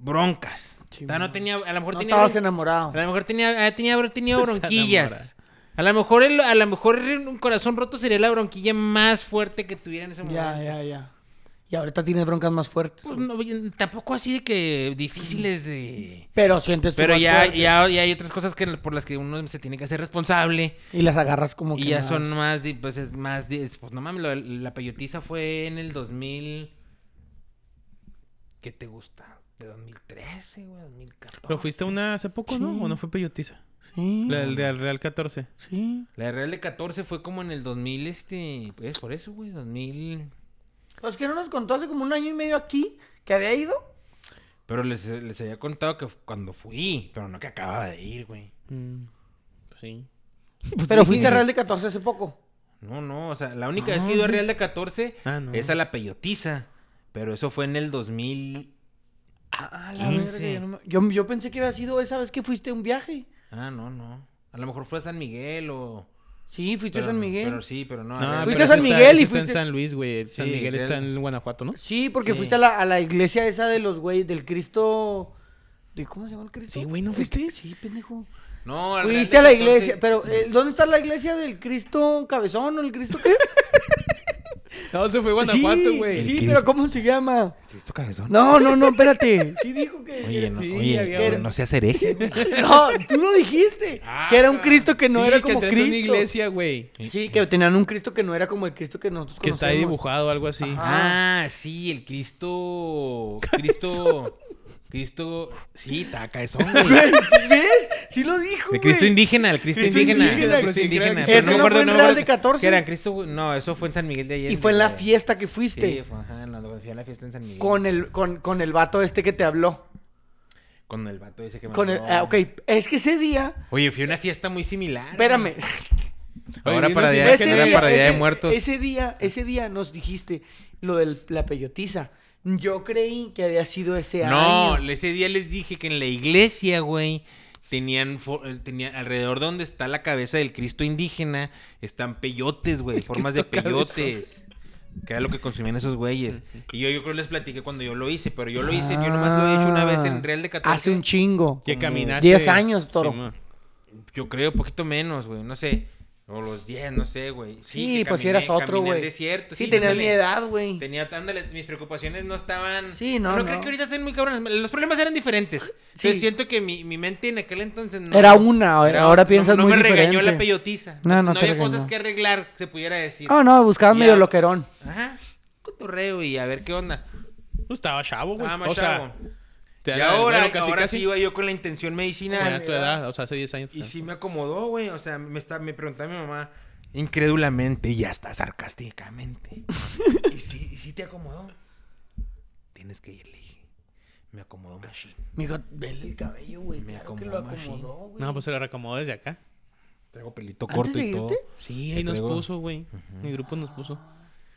S1: broncas.
S3: Sí,
S1: o sea, no
S3: no.
S1: tenía, a lo mejor
S3: No
S1: tenía
S3: estabas
S1: bron-
S3: enamorado.
S1: a lo mejor tenía, ah, tenía, bro- tenía
S2: Esa
S1: bronquillas.
S2: enamorada.
S1: A lo mejor el- a lo mejor un corazón roto sería la bronquilla más fuerte que tuviera en ese momento.
S3: Ya, ya, ya. Y ahorita tienes broncas más fuertes.
S1: Pues no, oye, tampoco así de que difíciles de.
S3: Pero sientes tú
S1: Pero
S3: más
S1: ya,
S3: fuerte.
S1: ya, ya hay otras cosas que por las que uno se tiene que hacer responsable.
S3: Y las agarras como que.
S1: Y ya
S3: más.
S1: son más, di- pues es más, di- es- pues no mames, lo- la peyotiza fue en el 2000, ¿qué te gusta? De 2013, güey, 2014.
S2: Pero fuiste una hace poco, ¿no?
S3: Sí.
S2: ¿O no fue peyotiza?
S3: Sí.
S2: La del del Real 14.
S3: Sí.
S1: La de Real de 14 fue como en el 2000, este, pues por eso, güey, 2000.
S3: Pues que no nos contó hace como un año y medio aquí que había ido.
S1: Pero les, les había contado que cuando fui, pero no que acababa de ir, güey.
S2: Mm, pues sí. Pues
S3: Pero
S2: sí.
S3: fuiste a Real de 14 hace poco.
S1: No, no, o sea, la única vez
S2: No,
S1: que he ido a
S2: sí.
S1: Real de 14
S2: Ah, no.
S1: es a la peyotiza. Pero eso fue en el 2000.
S3: Ah,
S1: la verga, 15. yo no
S3: yo, pensé que había sido esa vez que fuiste a un viaje.
S1: Ah, no, no. A lo mejor fue a San Miguel o.
S3: Sí, fuiste
S1: pero-
S3: a San Miguel.
S1: Pero sí, pero no. a
S2: No,
S1: Real-
S3: Fuiste
S2: pero
S3: a San
S2: eso está-
S3: Miguel
S2: eso
S3: y
S2: está en
S3: fuiste-
S2: San Luis, güey. San
S1: Sí,
S2: Miguel
S1: Real-
S2: está en Guanajuato, ¿no?
S3: Sí, porque
S1: Sí.
S3: fuiste a la, a la iglesia esa de los güeyes, del Cristo. ¿De cómo se llama el Cristo?
S2: Sí, güey, ¿no
S3: El-
S2: fuiste?
S3: Sí, pendejo.
S1: No, al Real de
S3: Fuiste a la
S1: 14.
S3: iglesia, pero eh, ¿dónde está la iglesia del Cristo Cabezón o el Cristo qué?
S2: No, se fue a
S3: Sí,
S2: Guanajuato, güey.
S1: El
S3: Sí,
S1: Cristo.
S3: pero ¿cómo se llama?
S1: Cristo Cabezón.
S3: No, no, no, espérate. Sí dijo que.
S1: Oye, no,
S2: Sí,
S1: oye,
S2: había-
S1: pero no seas hereje. güey.
S3: No, tú lo dijiste.
S1: Ah,
S3: que era un Cristo que no
S2: Sí,
S3: era
S2: que
S3: como
S2: entraste a
S3: Cristo.
S2: una iglesia, güey.
S3: Sí, que tenían un Cristo que no era como el Cristo que nosotros
S2: Que está ahí
S3: conocemos.
S2: dibujado, algo así.
S3: Ajá.
S1: Ah, sí, el Cristo. Cristo. Cristo. Sí, está cabezón, güey.
S3: Güey, ¿Ves? Sí lo dijo,
S1: De
S3: güey.
S1: Cristo indígena, el Cristo,
S3: Cristo
S1: indígena.
S3: indígena,
S1: el
S2: pero
S1: Cristo
S2: sí, creo
S1: indígena.
S2: que-
S1: pero
S2: Ese no
S1: me acuerdo,
S3: fue en
S1: me
S3: Real
S1: acuerdo.
S3: de 14.
S1: ¿Qué era? Cristo, no, eso fue en San Miguel de ayer.
S3: Y fue en la fiesta que fuiste.
S1: Sí, fue, ajá, no, fui a la fiesta en San Miguel.
S3: Con el, con, con el vato este que te habló.
S1: Con el vato ese que me
S3: Con el,
S1: habló.
S3: ah, ok, es que ese
S2: Ah,
S3: día.
S1: Oye, fui a una fiesta muy similar.
S3: Espérame.
S2: Oye,
S1: Ahora
S2: vi
S1: para
S2: unas
S1: día,
S2: imágenes-
S1: que no era
S2: Ese
S1: para
S2: día-
S1: día de
S3: ese-
S1: muertos.
S3: Ese día, ese día nos dijiste lo de la peyotiza. Yo creí que había sido ese
S1: No,
S3: año.
S1: ese día les dije que en la iglesia, güey, tenían, fo- eh, tenían alrededor de donde está la cabeza del Cristo indígena, están peyotes, güey, formas de
S2: Cristo cabezón.
S1: peyotes. Que era lo que consumían esos güeyes. Y yo, yo creo que les platiqué cuando yo lo hice, pero yo lo hice, yo nomás lo he hecho una vez en Real de 14.
S3: Ah, Hace un chingo.
S2: Que
S1: como
S2: caminaste.
S3: 10 años, Toro.
S2: Simón.
S1: Yo creo poquito menos, güey, no sé. O los 10, no sé, güey. Sí,
S3: Sí,
S1: que
S3: pues si
S1: caminé-
S3: eras otro,
S1: caminé al
S3: güey.
S1: desierto.
S3: Sí, tenías
S1: ándale.
S3: mi edad, güey.
S1: Tenía, ándale, mis preocupaciones no estaban.
S3: Sí, no,
S1: No,
S3: no.
S1: creo que ahorita estén muy cabrones. Los problemas eran diferentes.
S3: Sí.
S1: Yo siento que mi, mi mente en aquel entonces no.
S3: Era una, ahora
S1: no-
S3: piensas
S1: no, me
S3: muy
S1: regañó
S3: diferente.
S1: la peyotiza.
S3: No, no te
S1: había
S3: regañó.
S1: cosas que arreglar, que se pudiera decir.
S3: Oh, no, buscaba
S1: Ya.
S3: medio loquerón.
S1: Ajá, cotorreo y a ver qué onda.
S2: Pues estaba chavo, güey.
S1: Ah, más
S2: o sea,
S1: chavo.
S2: te
S1: Y
S2: da-
S1: ahora,
S2: bueno, casi,
S1: ahora
S2: casi.
S1: sí iba yo con la intención
S2: Era
S1: medicinal.
S2: tu edad, o sea, hace 10 años. Ah,
S1: Y sí me acomodó, güey. O sea, me, está, me preguntaba mi mamá incrédulamente y hasta sarcásticamente. y, sí, y sí te acomodó. Tienes que ir, le dije. Me acomodó Machine.
S3: Me dijo, vele el cabello, güey.
S1: Me
S3: claro que lo
S1: acomodó machín.
S3: acomodó, güey.
S2: No, pues se lo reacomodó desde acá.
S1: Traigo pelito
S3: ¿Antes
S1: corto
S3: de
S1: y todo.
S3: irte?
S2: Sí, ahí
S1: nos
S2: nos puso,
S1: puso,
S2: güey. Mi grupo nos puso.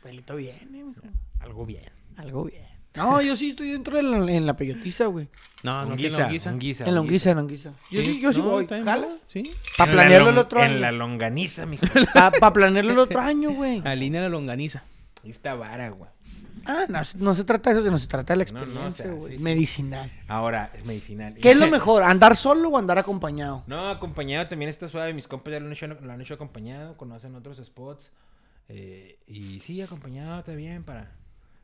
S3: Pelito viene, mijo.
S1: Algo bien.
S3: Algo bien. No, yo sí estoy dentro de la- en la peyotiza, güey.
S2: Ah, No, no, que en
S1: Longuiza,
S2: la guisa.
S1: longuiza,
S3: En
S1: longuiza.
S3: longuiza, en longuiza. Yo sí, yo sí
S2: No,
S3: voy.
S2: está bien,
S3: ¿Jalas?
S2: ¿no? Sí.
S3: Para
S1: En la
S3: planearlo el
S1: lon-
S3: otro
S1: En
S3: año.
S1: la longaniza, mijo.
S3: Para planearlo el otro año, güey.
S2: Alinea la longaniza.
S1: Ahí está vara, güey.
S3: Ah, no, no se trata de eso, no se trata de la
S1: No, no, o
S3: experiencia,
S1: sea,
S3: güey.
S1: sí, sí.
S3: Medicinal.
S1: Ahora es medicinal.
S3: ¿Qué es lo mejor? ¿Andar solo o andar acompañado?
S1: No, acompañado también está suave. Mis compas ya lo han hecho, lo han hecho acompañado. Conocen otros spots. Eh, y sí, acompañado está bien para...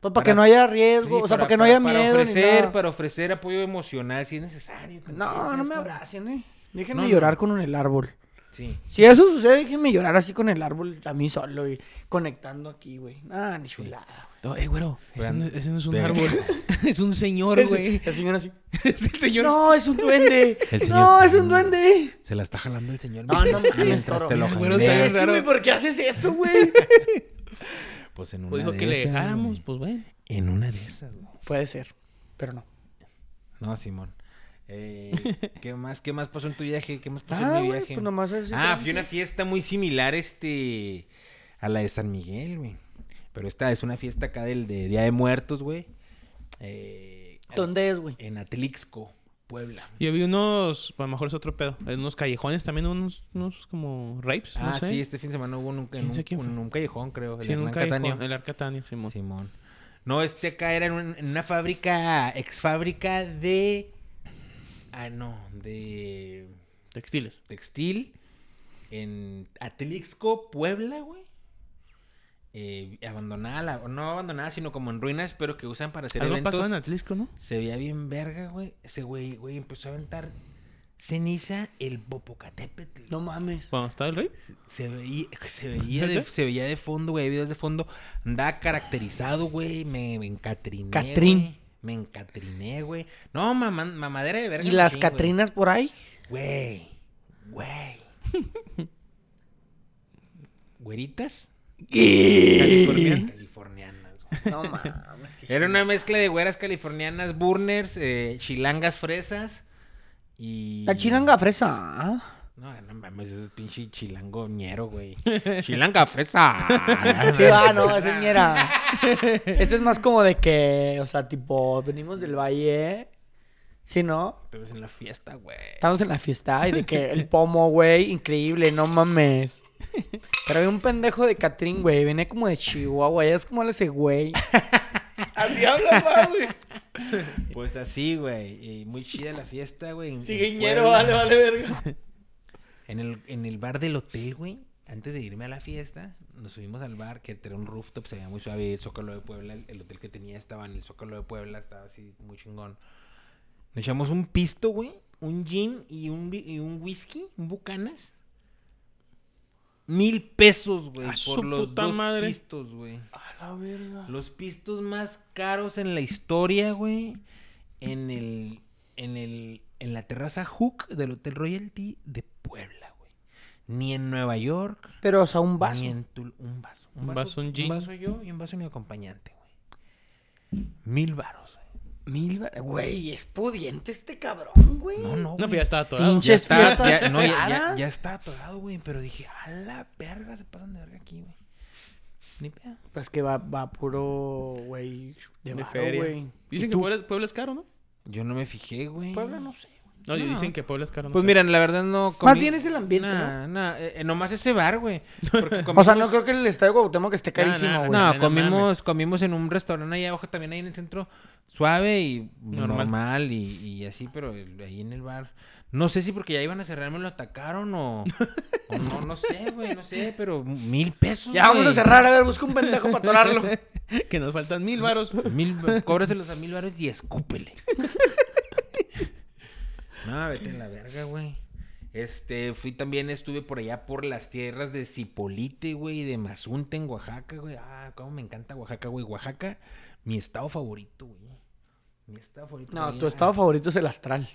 S3: Pues para,
S1: Para-
S3: que no haya
S1: Sí,
S3: riesgo, o sea, para, que no haya miedo.
S1: Para
S3: ni
S1: ofrecer,
S3: nada.
S1: para ofrecer apoyo emocional si es necesario.
S3: No, no me
S1: habrá
S3: abracen, eh. Déjenme
S1: No,
S3: llorar
S1: no.
S3: con el árbol.
S1: Sí.
S3: Si eso sucede, déjenme llorar así con el árbol a mí solo y conectando aquí, güey. Ah, ni chulada,
S2: No, eh, güero. Ese
S1: Vean.
S2: no, ese no es un
S1: Vean.
S2: árbol. es un señor,
S3: güey.
S2: güey.
S3: El señor así.
S2: es el señor.
S3: No, es un duende.
S1: El señor-
S3: No, es un duende.
S1: Se la está jalando el señor.
S3: No,
S1: güey.
S3: no mames,
S1: Mientras
S3: toro.
S1: te lo
S2: Mira, güero,
S1: jalea.
S2: está bien.
S3: Es que,
S2: raro.
S3: güey, ¿por qué haces eso, güey?
S1: Pues en una
S2: Pues dijo
S1: de
S2: que le
S1: esas,
S2: dejáramos,
S1: güey.
S2: pues bueno.
S1: En una de esas, güey.
S3: Puede ser, pero no.
S1: No, Simón. Eh, ¿Qué más? ¿Qué más pasó en tu viaje? ¿Qué más pasó
S3: Ah,
S1: en mi
S3: güey,
S1: viaje?
S3: pues nomás así
S1: Ah,
S3: tranqui.
S1: fui a una fiesta muy similar, este, a la de San Miguel, güey. Pero esta es una fiesta acá del de Día de Muertos, güey. Eh,
S3: ¿Dónde es, güey?
S1: En Atlixco, Puebla.
S2: Yo vi unos, a lo mejor es otro pedo, unos callejones también, unos, unos como rapes,
S1: Ah,
S2: Pues no sé.
S1: sí, este fin de semana hubo un, en
S2: ¿Quién
S1: un-
S2: sabe quién fue?
S1: en un callejón, creo. el
S2: Sí, en un
S1: Hernán Cataño.
S2: callejón, el Arcatania, Simón.
S1: Simón. No, este acá era en, un- en una fábrica, ex fábrica de... Ah, no, de
S2: Textiles.
S1: textil en Atlixco, Puebla, güey. Eh, abandonada, la- o no abandonada, sino como en ruinas, pero que usan para hacer
S2: Algo
S1: eventos.
S2: pasó en Atlisco, ¿no?
S1: Se veía bien verga, güey. Ese güey, güey, empezó a aventar ceniza el Popocatépetl.
S3: No mames.
S2: Cuando estaba el rape.
S1: Se veía, se veía, de, se veía de fondo, güey. Videos de fondo. Andaba caracterizado, güey. Me, me encatriné.
S3: Catrín.
S1: güey. Me encatriné, güey. No, mamá, mamadera de verga.
S3: ¿Y las
S1: machín, güey.
S3: Catrinas por ahí?
S1: Güey. Güey. ¿Güeritas?
S2: Californiana.
S1: Californianas. güey.
S3: No mames. qué
S1: Era una mezcla de güeras californianas, burners, eh, chilangas fresas y...
S3: La chilanga fresa. ¿ah?
S1: No, no mames, ese es pinche chilango ñero, güey. Chilanga fresa.
S3: Sí, va, no, señora. Esto es más como de que, o sea, tipo, venimos del valle. Sí, ¿no?
S1: Te ves en la fiesta, güey.
S3: Estamos en la fiesta y de que el pomo, güey, increíble, no mames. Pero había un pendejo de Catrín, güey, viene como de Chihuahua, ya es como ese güey. Así habla, pa, güey.
S1: Pues así, güey. Y muy chida la fiesta, güey. en- en
S3: Chiguiñero,
S1: Puebla.
S3: vale, vale, verga.
S1: En el, en el bar del hotel, güey, antes de irme a la fiesta, nos subimos al bar que era un rooftop, se veía muy suave, el Zócalo de Puebla, el, el hotel que tenía estaba en el Zócalo de Puebla, estaba así muy chingón. Nos echamos un pisto, güey, un gin y un, bi- y un whisky, un bucanas. Mil pesos, güey,
S2: A su
S1: por los
S2: puta
S1: dos
S2: madre.
S1: pistos, güey.
S3: A la verga.
S1: Los pistos más caros en la historia, güey. En el. En el. En la terraza Hook del Hotel Royalty de Puebla, güey. Ni en Nueva York.
S3: Pero, o sea, un vaso.
S1: Ni en Tul- un vaso.
S2: Un vaso, un gin.
S1: vaso yo y un vaso mi acompañante, güey. Mil varos, güey.
S3: Mil, va- güey, es pudiente este cabrón, güey.
S1: No, no,
S2: No,
S1: güey.
S2: pero ya estaba atorado.
S3: Pinche-
S1: Ya está,
S3: fiestas
S1: ya, no, ya, ya-
S3: caras.
S1: ya está atorado, güey. Pero dije, a la verga, se pasan de verga aquí, güey. Ni pedo.
S3: Pues que va, va puro, güey,
S2: De
S3: de, varo,
S2: feria.
S3: güey.
S2: Dicen que Puebla, Puebla es caro, ¿no?
S1: Yo no me fijé, güey.
S3: Puebla no sé.
S2: No,
S1: No.
S2: dicen que Puebla es caro. no
S1: Pues
S2: sé.
S1: miren, la verdad no
S3: Más bien es el ambiente,
S1: Nah, nah, eh, eh, nomás ese bar, güey. Porque
S3: O sea,
S1: comimos-
S3: no creo que el estadio de Cuauhtémoc esté
S2: No, no,
S3: carísimo,
S2: no,
S3: güey.
S1: No,
S2: no
S1: comimos, comimos en un restaurante ahí abajo, también ahí en el centro, suave y
S2: Normal.
S1: normal, y, y así, pero el- ahí en el bar. No sé si porque ya iban a cerrar me lo atacaron o, o no, no sé, güey, no sé, pero mil pesos.
S3: Ya vamos a
S1: güey.
S3: cerrar, a ver, busca un pendejo para atorarlo.
S2: que nos faltan mil varos.
S1: Mil, cóbraselos a mil baros y escúpele. no, vete a la verga, güey. Este, fui también, estuve por allá por las tierras de Cipolite, güey, de Mazunte en Oaxaca, güey. Ah, cómo me encanta Oaxaca, güey. Oaxaca, mi estado favorito, güey. Mi estado favorito.
S3: No,
S1: güey,
S3: tu
S1: ah,
S3: estado favorito es el astral.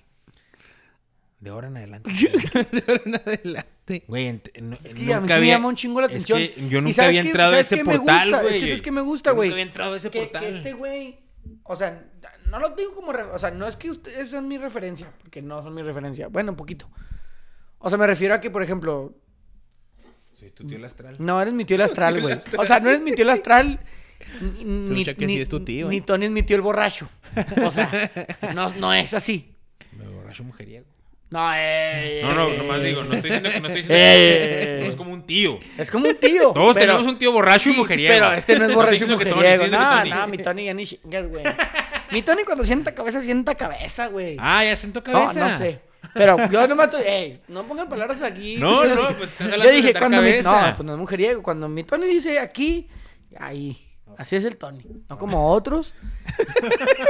S1: De ahora en adelante. güey.
S2: De ahora en adelante.
S1: Güey, ent- no-
S3: Es que
S1: nunca
S3: a mí sí me
S1: había...
S3: llama un chingo la
S1: es
S3: atención.
S1: que yo
S3: ¿Y
S1: nunca
S3: sabes
S1: había
S3: qué-
S1: entrado a
S3: sabes
S1: ese
S3: qué me
S1: portal,
S3: gusta?
S1: güey.
S3: Es que es que me gusta,
S1: Yo
S3: güey.
S1: Nunca había entrado a ese
S3: que,
S1: portal.
S3: que este güey, o sea, no lo tengo como, re- o sea, no es que ustedes son mi referencia, porque no son mi referencia, bueno, un poquito. O sea, me refiero a que, por ejemplo,
S1: Soy tu tío el astral.
S3: no eres mi tío el astral, güey. O sea, no eres mi tío el astral. ni- Ni,
S2: Trucha que sí es tu tío,
S3: ni
S2: ¿eh?
S3: Tony es mi tío el borracho. O sea, no, no es así.
S1: Me borracho mujeriego.
S3: No, eh,
S1: No, no, nomás digo, no estoy diciendo que no estoy diciendo
S3: Eh.
S1: que no es como un tío.
S3: Es como un tío.
S1: Todos
S3: pero-
S1: tenemos un tío borracho y
S3: Sí,
S1: mujeriego.
S3: Pero este no es borracho
S1: No estoy diciendo que Tony,
S3: mujeriego.
S1: estoy diciendo
S3: No,
S1: que
S3: no,
S1: Tony.
S3: mi Tony ya ni chingas, güey. Mi Tony cuando sienta cabeza, sienta cabeza, güey.
S1: Ah, ya sentó
S3: no,
S1: cabeza.
S3: no sé. Pero yo no mato. Ey, no pongan palabras aquí.
S1: No, no, pues estás hablando
S3: Yo
S1: de
S3: dije,
S1: sentar
S3: cuando mi.
S1: cabeza.
S3: No, pues no es mujeriego. Cuando mi Tony dice aquí, ahí. Así es el Tony. No como otros.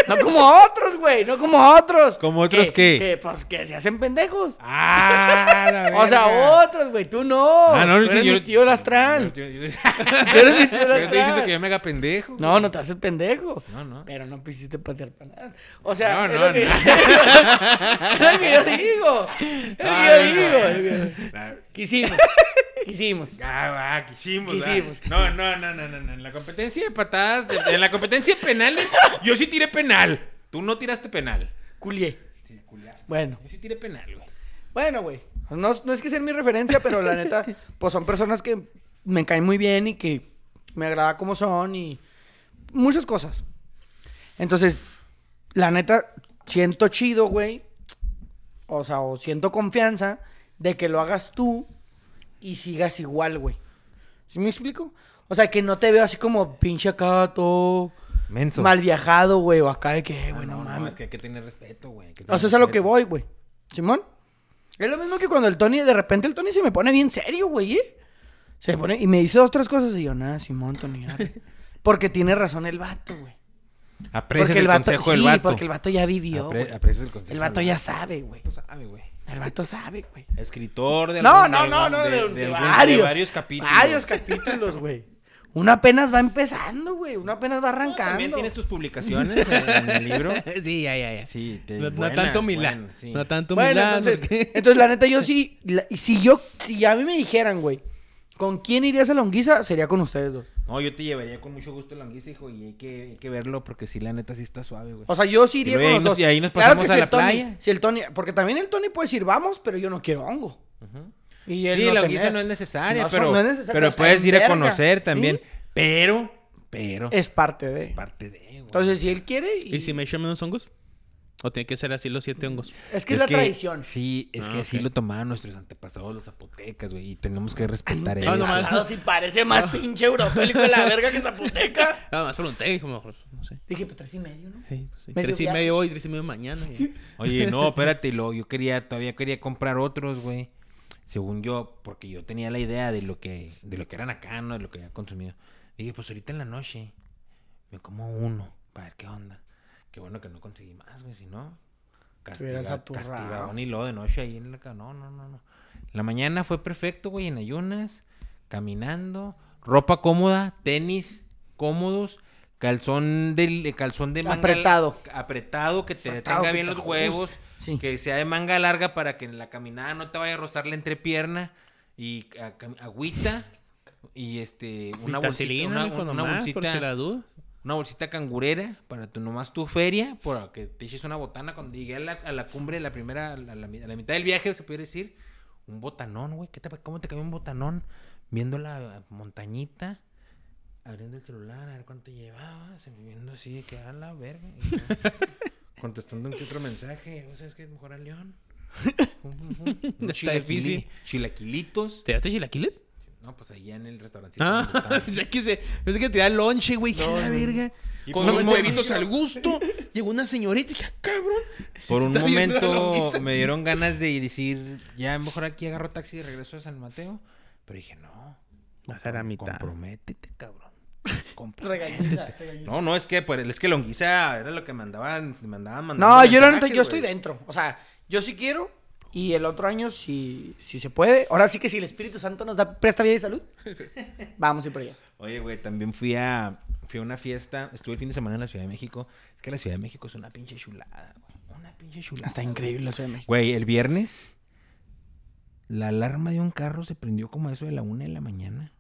S3: no como otros, güey. No como otros.
S1: ¿Como otros
S3: que,
S1: qué?
S3: Que, pues que se hacen pendejos.
S1: Ah, la verga.
S3: O sea, otros, güey. Tú no.
S1: Ah, no,
S3: Tú
S1: sí,
S3: eres
S1: yo-
S3: mi tío Lastrán.
S1: Yo, yo- yo- yo
S3: Tú eres mi
S1: estoy
S3: tío
S1: diciendo
S3: Lastrán.
S1: que yo me haga pendejo.
S3: No, no te haces pendejo.
S1: No, no.
S3: Pero no quisiste patear panal. O sea,
S1: No,
S3: es,
S1: no,
S3: lo que...
S1: no.
S3: es lo que yo digo. Es lo
S1: Ah, no,
S3: que yo digo.
S1: no.
S3: es lo que-
S1: La-
S3: Quisimos. Quisimos.
S1: Ah, ah, quisimos, ah.
S3: Quisimos,
S1: No, no, no, no, no, no. En la competencia de patadas, de- en la competencia de penales, yo sí tiré penal. Tú no tiraste penal.
S3: Culié.
S1: Sí, culiaste.
S3: Bueno.
S1: Yo sí tiré penal, güey.
S3: Bueno, güey. No, no es que sea mi referencia, pero la neta, pues son personas que me caen muy bien y que me agrada cómo son y muchas cosas. Entonces, la neta, siento chido, güey. O sea, o siento confianza de que lo hagas tú y sigas igual, güey. ¿Sí me explico? O sea, que no te veo así como pinche acá todo
S1: Menso.
S3: mal viajado, güey, o acá de que,
S1: Ah,
S3: güey, no,
S1: no, no,
S3: mames.
S1: es que hay que tener respeto, güey. hay que
S3: O
S1: tener
S3: sea, es a lo que
S1: respeto.
S3: voy, güey. ¿Simón? Es lo mismo que cuando el Tony, de repente el Tony se me pone bien serio, güey. ¿eh? Se pone y me dice dos, tres cosas y yo, nada, Simón, Tony. arre". Porque tiene razón el vato, güey.
S1: Aprecias
S3: Porque
S1: el,
S3: el vato,
S1: consejo
S3: sí,
S1: del vato.
S3: porque el vato ya vivió,
S1: Apre-
S3: güey.
S1: aprecias el consejo.
S3: El vato
S1: del
S3: ya sabe, güey.
S1: vato sabe, güey.
S3: El vato sabe, güey.
S1: Escritor de
S3: No,
S1: algún-
S3: no,
S1: de-
S3: no, no, de,
S1: de,
S3: de
S1: algún-
S3: varios.
S1: de varios capítulos.
S3: Varios capítulos, güey. Uno apenas va empezando, güey. Uno apenas va
S1: No, También
S3: arrancando.
S1: tienes tus publicaciones en, en el libro.
S2: Sí, ya, ya, ya.
S1: Sí, te-
S2: no, no
S1: buena,
S2: tanto Milán.
S1: buena, sí.
S2: No tanto
S3: Bueno,
S2: Milán.
S3: entonces,
S2: no sé qué.
S3: entonces la neta, yo sí, la- y si yo, si a mí me dijeran, güey, ¿con quién irías a Longuiza? Sería con ustedes dos.
S1: No, yo te llevaría con mucho gusto el Anguisa, hijo, y hay que, hay que verlo porque sí, la neta sí está suave, güey.
S3: O sea, yo sí iría
S1: Y luego
S3: con
S1: ahí
S3: los
S1: nos-
S3: dos.
S1: y ahí nos
S3: Claro
S1: pasamos
S3: que
S1: a
S3: si
S1: la
S3: el Tony-
S1: playa.
S3: Si el Tony, porque también el Tony puede decir, vamos, pero yo no quiero hongo.
S1: Ujú.
S3: Y el
S1: Sí,
S3: no
S1: la
S3: tener-
S1: audiencia no es necesaria,
S3: No,
S1: pero,
S3: no es necesaria,
S1: pero
S3: está
S1: puedes
S3: en
S1: ir a
S3: verga,
S1: conocer
S3: ¿sí?
S1: también. Pero, pero, es
S3: Es parte de.
S1: parte de, güey.
S3: Entonces, si él quiere. y-
S2: ¿Y si me echo menos hongos? ¿O tiene que ser así los siete hongos?
S3: Es que es, la tradición.
S1: Sí, es
S2: Ah,
S1: que así
S2: ok.
S1: lo tomaban nuestros antepasados los zapotecas, güey, y tenemos que respetar
S2: no,
S1: eso.
S2: no, mames.
S3: Mm, Pasado, si parece más pinche europeo de la verga que Zapoteca.
S2: Nada más pregunté, dijo, mejor, no sé.
S3: Dije, pues tres y medio, ¿no?
S2: Sí, pues sí.
S3: Medio
S2: Tres y
S3: viaje.
S2: medio hoy, tres y medio mañana. y-
S1: Oye, no, espérate, y luego yo quería, todavía quería comprar otros, güey. Según yo, porque yo tenía la idea de lo que, de lo que eran acá, ¿no? De lo que había consumido. Dije, pues ahorita en la noche me como uno, para ver qué onda. Qué bueno que no conseguí más, güey, si no.
S3: hubieras
S1: Castiga,
S3: aturrado.
S1: castigado ni lo de noche ahí en la ca- No, no, no, no. La mañana fue perfecto, güey, en ayunas, caminando, ropa cómoda, tenis cómodos, calzón de, calzón de manga-
S3: Apretado.
S1: Apretado, que te
S3: Apretado,
S1: tenga
S3: que
S1: bien
S3: te
S1: los
S3: ajuste.
S1: huevos,
S3: Sí.
S1: que sea de manga larga para que en la caminada no te vaya a rozar la entrepierna y a- cam- agüita y este una bolsita,
S2: Vitacilina,
S1: una,
S2: mijo,
S1: una
S2: nomás, por si
S1: bolsita,
S2: la duda.
S1: una bolsita cangurera para tu nomás tu feria, para que te eches una botana cuando llegué a la, a la cumbre, la primera, a la, a la mitad del viaje, se pudiera decir, un botanón, güey, ¿qué te- ¿cómo te cambió un botanón? Viendo la montañita, abriendo el celular, a ver cuánto llevaba, se me viendo así, de que a la verga, y yo contestando un que otro mensaje, o sea, es que es mejor a León. Pum, pum, pum. Unos
S2: Está difícil.
S1: chilaquili- Chilaquilitos.
S2: ¿Te daste chilaquiles?
S1: No, pues allá en el restaurancito. donde
S2: Ah,
S1: estaba.
S2: o sea que se, yo sé que te da lonche, güey. dije,
S3: No,
S2: "A la
S3: no, no".
S2: verga.
S1: Y pues,
S2: Con
S1: por
S2: unos
S1: un mo-
S2: huevitos al gusto. Llegó una señorita y dije, "Ah, cabrón.
S1: Por un
S2: Está bien rara la
S1: momento
S2: mesa.
S1: me dieron ganas de decir, ya mejor aquí agarro taxi y regreso a San Mateo. Pero dije, no.
S2: Vas a la mitad.
S1: Comprométete, cabrón.
S3: Regañiza,
S1: Comprométete.
S3: regañiza.
S1: No, no, es que por el- es que Longuiza era lo que mandaban, mandaban, mandaban.
S3: No, yo la neta,
S1: mensajes,
S3: yo estoy
S1: güey.
S3: dentro. O sea, yo sí quiero. Y el otro año, si, si se puede. Ahora sí que si el Espíritu Santo nos da presta vida y salud, vamos a ir por allá.
S1: Oye, güey, también fui a, fui a una fiesta. Estuve el fin de semana en la Ciudad de México. Es que la Ciudad de México es una pinche chulada, güey. Una pinche chulada.
S3: Está increíble la Ciudad de México.
S1: Güey, el viernes, la alarma de un carro se prendió como a eso de la una de la mañana.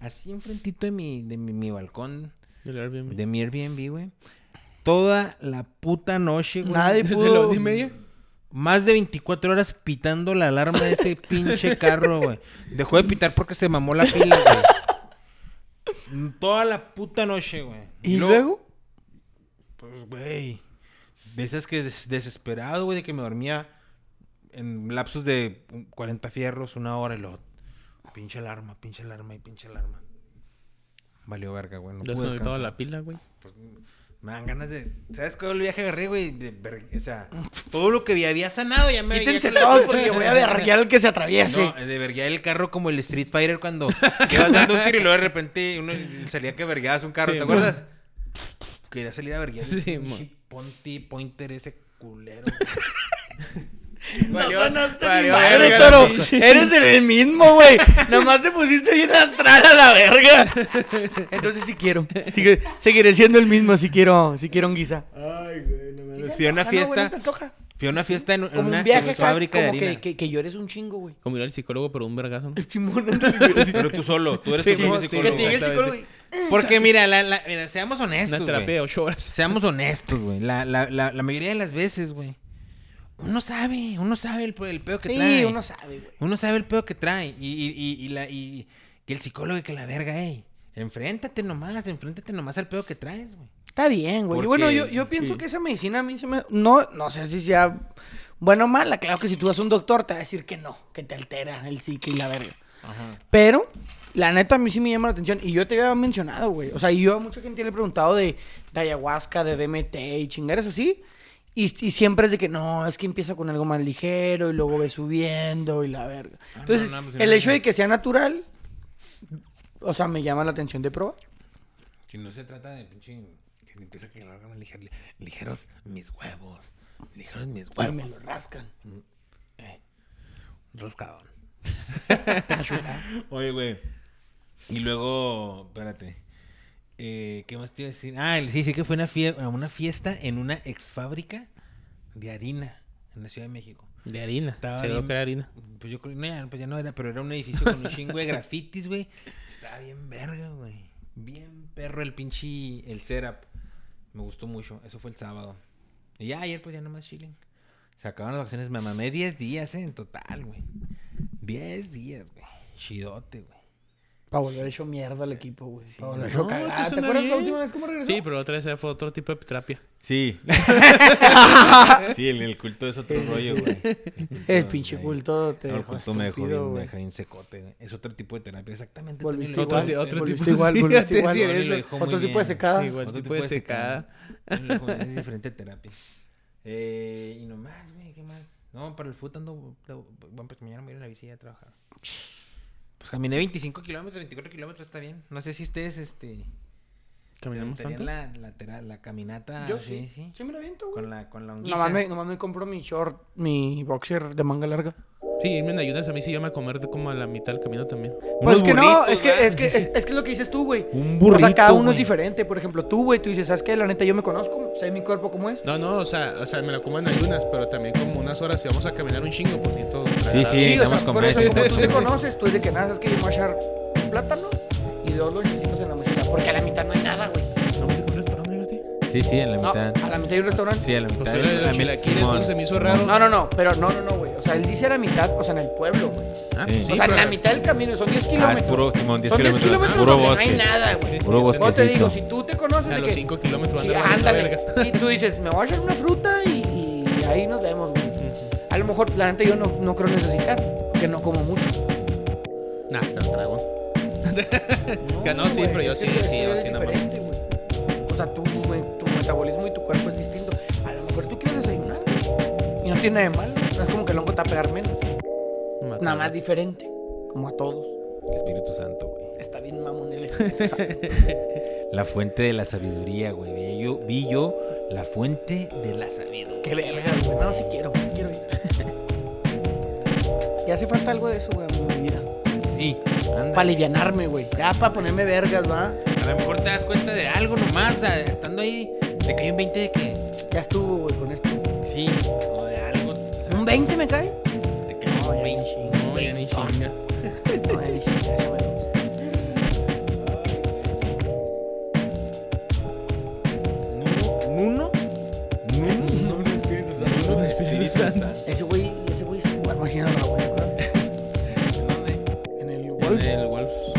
S1: Así enfrentito de mi, de mi, mi balcón,
S2: Del Airbnb.
S1: de mi Airbnb, güey. Toda la puta noche, güey.
S3: Nadie
S2: Desde
S3: pudo-
S2: la una y media.
S1: Más de 24 horas pitando la alarma de ese pinche carro, güey. Dejó de pitar porque se mamó la pila, güey. Toda la puta noche, güey.
S3: ¿Y luego?
S1: Pues, güey. De esas que des- desesperado, güey, de que me dormía en lapsos de un- 40 fierros, una hora y lo. Pinche alarma, pinche alarma y pinche alarma. Valió verga, güey. No
S2: Le has
S1: pude
S2: conectado
S1: descansar.
S2: la pila, güey.
S1: Pues, me dan ganas de. ¿Sabes cuál el viaje agarré, güey? De ver- O sea, todo lo que había- había sanado ya me veía
S3: Quítense
S1: con la-
S3: todos porque voy a verguear al que se atraviese.
S1: No, de verguear el carro como el Street Fighter cuando te vas dando un tiro y luego de repente uno salía que vergueabas un carro,
S2: Sí,
S1: ¿te
S2: mo.
S1: acuerdas? Quería salir a verguear.
S2: Sí,
S1: Sí,
S2: mo.
S1: Ponti, pointer ese culero.
S3: No
S1: Valió-
S3: sonaste ni
S2: valió
S3: madre,
S2: verga la
S3: toro.
S2: pinche.
S3: Eres el mismo, güey. Nomás te pusiste bien astral a la verga. Entonces sí quiero. Sí- seguiré siendo el mismo si quiero, si quiero un guisa.
S1: Fui a una fiesta, fui a una fiesta en, en
S3: Como
S1: una
S3: un viaje
S1: en
S3: acá,
S1: fábrica de
S3: como
S1: harina.
S3: que, que, que llores un chingo, güey.
S2: Como ir al psicólogo, pero un vergazo, ¿no?
S1: Pero tú solo, tú eres
S2: Sí,
S1: tu
S2: mo,
S1: propio
S2: sí,
S1: psicólogo.
S2: que te diga el
S3: psicólogo y-
S1: Porque mira, la- la- mira, seamos
S2: Una
S1: honestos,
S2: terapia
S1: güey.
S2: de ocho horas.
S1: Seamos honestos, güey. La, la, la, la mayoría de las veces, güey. Uno sabe, uno sabe el, el pedo que trae.
S3: Sí, uno sabe, güey.
S1: Uno sabe el pedo que trae. Y, y, y, y la, y que el psicólogo y que la verga, ey. Enfréntate nomás, enfréntate nomás al pedo que traes, güey.
S3: Está bien, güey.
S1: Porque-
S3: Bueno, yo, yo pienso que esa medicina a mí se me... No, no sé si sea buena o mala. Claro que si tú vas a un doctor te va a decir que no, que te altera el psique y la verga.
S1: Ajá.
S3: Pero, la neta, a mí sí me llama la atención. Y yo te había mencionado, güey. O sea, y yo a mucha gente le he preguntado de, de ayahuasca, de DMT y chingares así. Y, y siempre es de que no, es que empieza con algo más ligero y luego ve subiendo y la verga.
S1: no,
S3: Entonces,
S1: no, pues,
S3: el
S1: no,
S3: hecho
S1: no.
S3: de que sea natural, o sea, me llama la atención de probar.
S1: Que no se trata de pinche. Que me empieza a que la verga me liger- ligeros mis huevos. Ligeros mis
S3: Y me
S1: huevos.
S3: lo rascan.
S1: Roscadón.
S3: Una chulada.
S1: Oye, güey. Y luego, espérate. Eh, ¿Qué más te iba a decir? Ah, sí, sí que fue una, fie- a una fiesta en una ex fábrica de harina en la Ciudad de México.
S2: De harina.
S1: Estaba
S2: Se dio
S1: bien-
S2: que era harina.
S1: Pues yo creo, no, ya, pues ya no era, pero era un edificio con un chingo de grafitis, güey. Estaba bien verga, güey. Bien perro el pinche, el setup. Me gustó mucho, eso fue el sábado. Y ya ayer pues ya nomás chilling. Se acabaron las vacaciones, me mamé 10 días, eh, en total, güey. 10 días, güey. Chidote, güey.
S3: Para volver hecho mierda al equipo, güey. Pa' volver hecho
S2: No, te
S3: cagada. ¿Te
S2: suena
S3: acuerdas la
S2: bien.
S3: última vez cómo regresó?
S2: Sí, pero la otra vez fue otro tipo de terapia.
S1: Sí. sí, el, el culto es otro
S3: Sí, sí,
S1: rollo,
S3: sí.
S1: güey. El culto,
S3: El pinche
S1: güey.
S3: culto te
S1: pues, No, pues, el culto
S3: dejó
S1: me dejó,
S3: estúpido,
S1: bien, me
S3: güey.
S1: dejó bien secote, güey. Es otro tipo de terapia, exactamente.
S3: Volviste
S1: también lo
S2: Otro,
S1: dijo
S2: ti-
S3: igual,
S1: él,
S2: otro
S1: él,
S2: tipo de sí,
S3: volviste igual, volviste
S2: te
S3: igual,
S2: decía
S1: Tony lo
S2: eso.
S1: dejó muy
S3: Otro tipo de
S1: bien.
S3: secada.
S2: Igual
S1: Otro
S2: tipo de secada.
S1: Él lo dijo, Es diferente terapia. Eh, y nomás, güey, ¿qué más? No, para el fútbol ando... Bueno, pues mañana me voy a ir en la bici a trabajar. Pues caminé 25 kilómetros, 24 kilómetros, está bien. No sé si ustedes, este...
S2: ¿Caminamos
S1: se aventarían
S2: tanto?
S1: La, la, tera- la caminata,
S3: Yo
S1: Ah, sí,
S3: sí.
S1: sí.
S3: Sí me la aviento, güey.
S1: Con la, con la honguiza.
S3: Nomás me, nomás me compro mi short, mi boxer de manga larga.
S2: Sí, me ayudas a mí si yo me a comer como a la mitad del camino también.
S3: Pues es que no,
S1: burritos,
S3: es que,
S1: ¿verdad?
S3: es, que, es, es que lo que dices tú, güey.
S1: Un burrito,
S3: o sea, cada uno
S1: güey.
S3: es diferente. Por ejemplo, tú, güey, tú dices, ¿sabes qué? La neta, yo me conozco, sé mi cuerpo cómo es.
S2: No, no, o sea, o sea, me la como en ayunas, pero también como unas horas si vamos a caminar un chingo, por ciento.
S1: Sí, sí.
S3: Sí,
S1: nada
S3: o sea,
S1: más
S3: por
S1: comer,
S3: eso,
S1: sí.
S3: como tú te conoces, tú dices que nada, sabes que yo me voy a echar un plátano y dos lonchecitos en la mitad. Porque a la mitad no hay nada, güey.
S2: ¿Vamos a ir a un restaurante, Gasti?
S1: Sí, sí, en la
S3: No,
S1: mitad.
S3: a la mitad hay un restaurante.
S1: Sí, a la mitad.
S2: Pues era de los
S1: mi-
S2: chilaquiles,
S1: Simón.
S3: pues,
S2: ¿no? Se me hizo raro.
S3: No, no, no, pero no, no, no, güey. O sea, él dice a la mitad, o sea, en el pueblo, güey.
S1: Sí.
S2: Ah, pues sí,
S3: o sea, en
S2: pero-
S3: la mitad del camino, son 10
S1: Ah,
S3: kilómetros.
S1: es puro, Simón, 10
S3: son 10
S1: kilómetros.
S3: kilómetros
S1: Puro
S3: donde
S1: bosque.
S3: no hay nada, güey.
S2: Sí, sí,
S1: Puro
S2: sí,
S1: bosque.
S3: Vos te digo,
S1: bosquecito.
S3: si tú te conoces
S2: A
S3: de
S2: los
S3: que...
S2: 5 kilómetros.
S3: Sí,
S2: anda la
S3: ándale.
S2: verga.
S3: Y tú dices, me voy a echar una fruta y, y ahí nos vemos, güey. A lo mejor, la neta, yo no, no creo necesitar, que no como mucho.
S2: Nah, se lo trago. Que no, sí,
S3: güey,
S2: pero yo
S3: es
S2: sí,
S3: que tú-
S2: sí,
S3: tú
S2: yo
S3: eres
S2: sí, no
S3: diferente, güey. O sea, tú, güey, tu metabolismo y tu cuerpo es distinto. A lo mejor tú quieres desayunar, güey. Y no tiene nada de malo. No es como que el hongo te va a pegar menos.
S2: Matar.
S3: Nada más diferente. Como a todos.
S1: Espíritu Santo, güey.
S3: Está bien mamón el Espíritu Santo.
S1: La fuente de la sabiduría, güey. Vi yo, vi yo la fuente de la sabiduría.
S3: Qué verga, güey. No, sí quiero, sí quiero ir. Ya hace falta algo de eso, güey, a mi vida.
S1: Sí, anda.
S3: Para alivianarme, güey. Ya para ponerme vergas, va.
S1: A lo mejor te das cuenta de algo nomás. O sea, estando ahí, te cae un 20 de que.
S3: Ya estuvo, güey, con esto.
S1: Sí, o de algo. o sea,
S3: ¿Un 20 me cae?
S1: Te cae un
S3: ya
S1: 20.
S3: ni chingo.
S2: No, ya ni chinga.
S3: No, ya ni chingo, ya se me lo-
S1: Nuno. Nuno. Nuno, Espíritu Santo. Nuno, Espíritu Santo.
S3: Ese güey, ese güey se jugó al Machine Rock, ¿te acuerdas?
S1: ¿En dónde?
S3: En el
S2: El
S3: golf.
S2: del Wolf.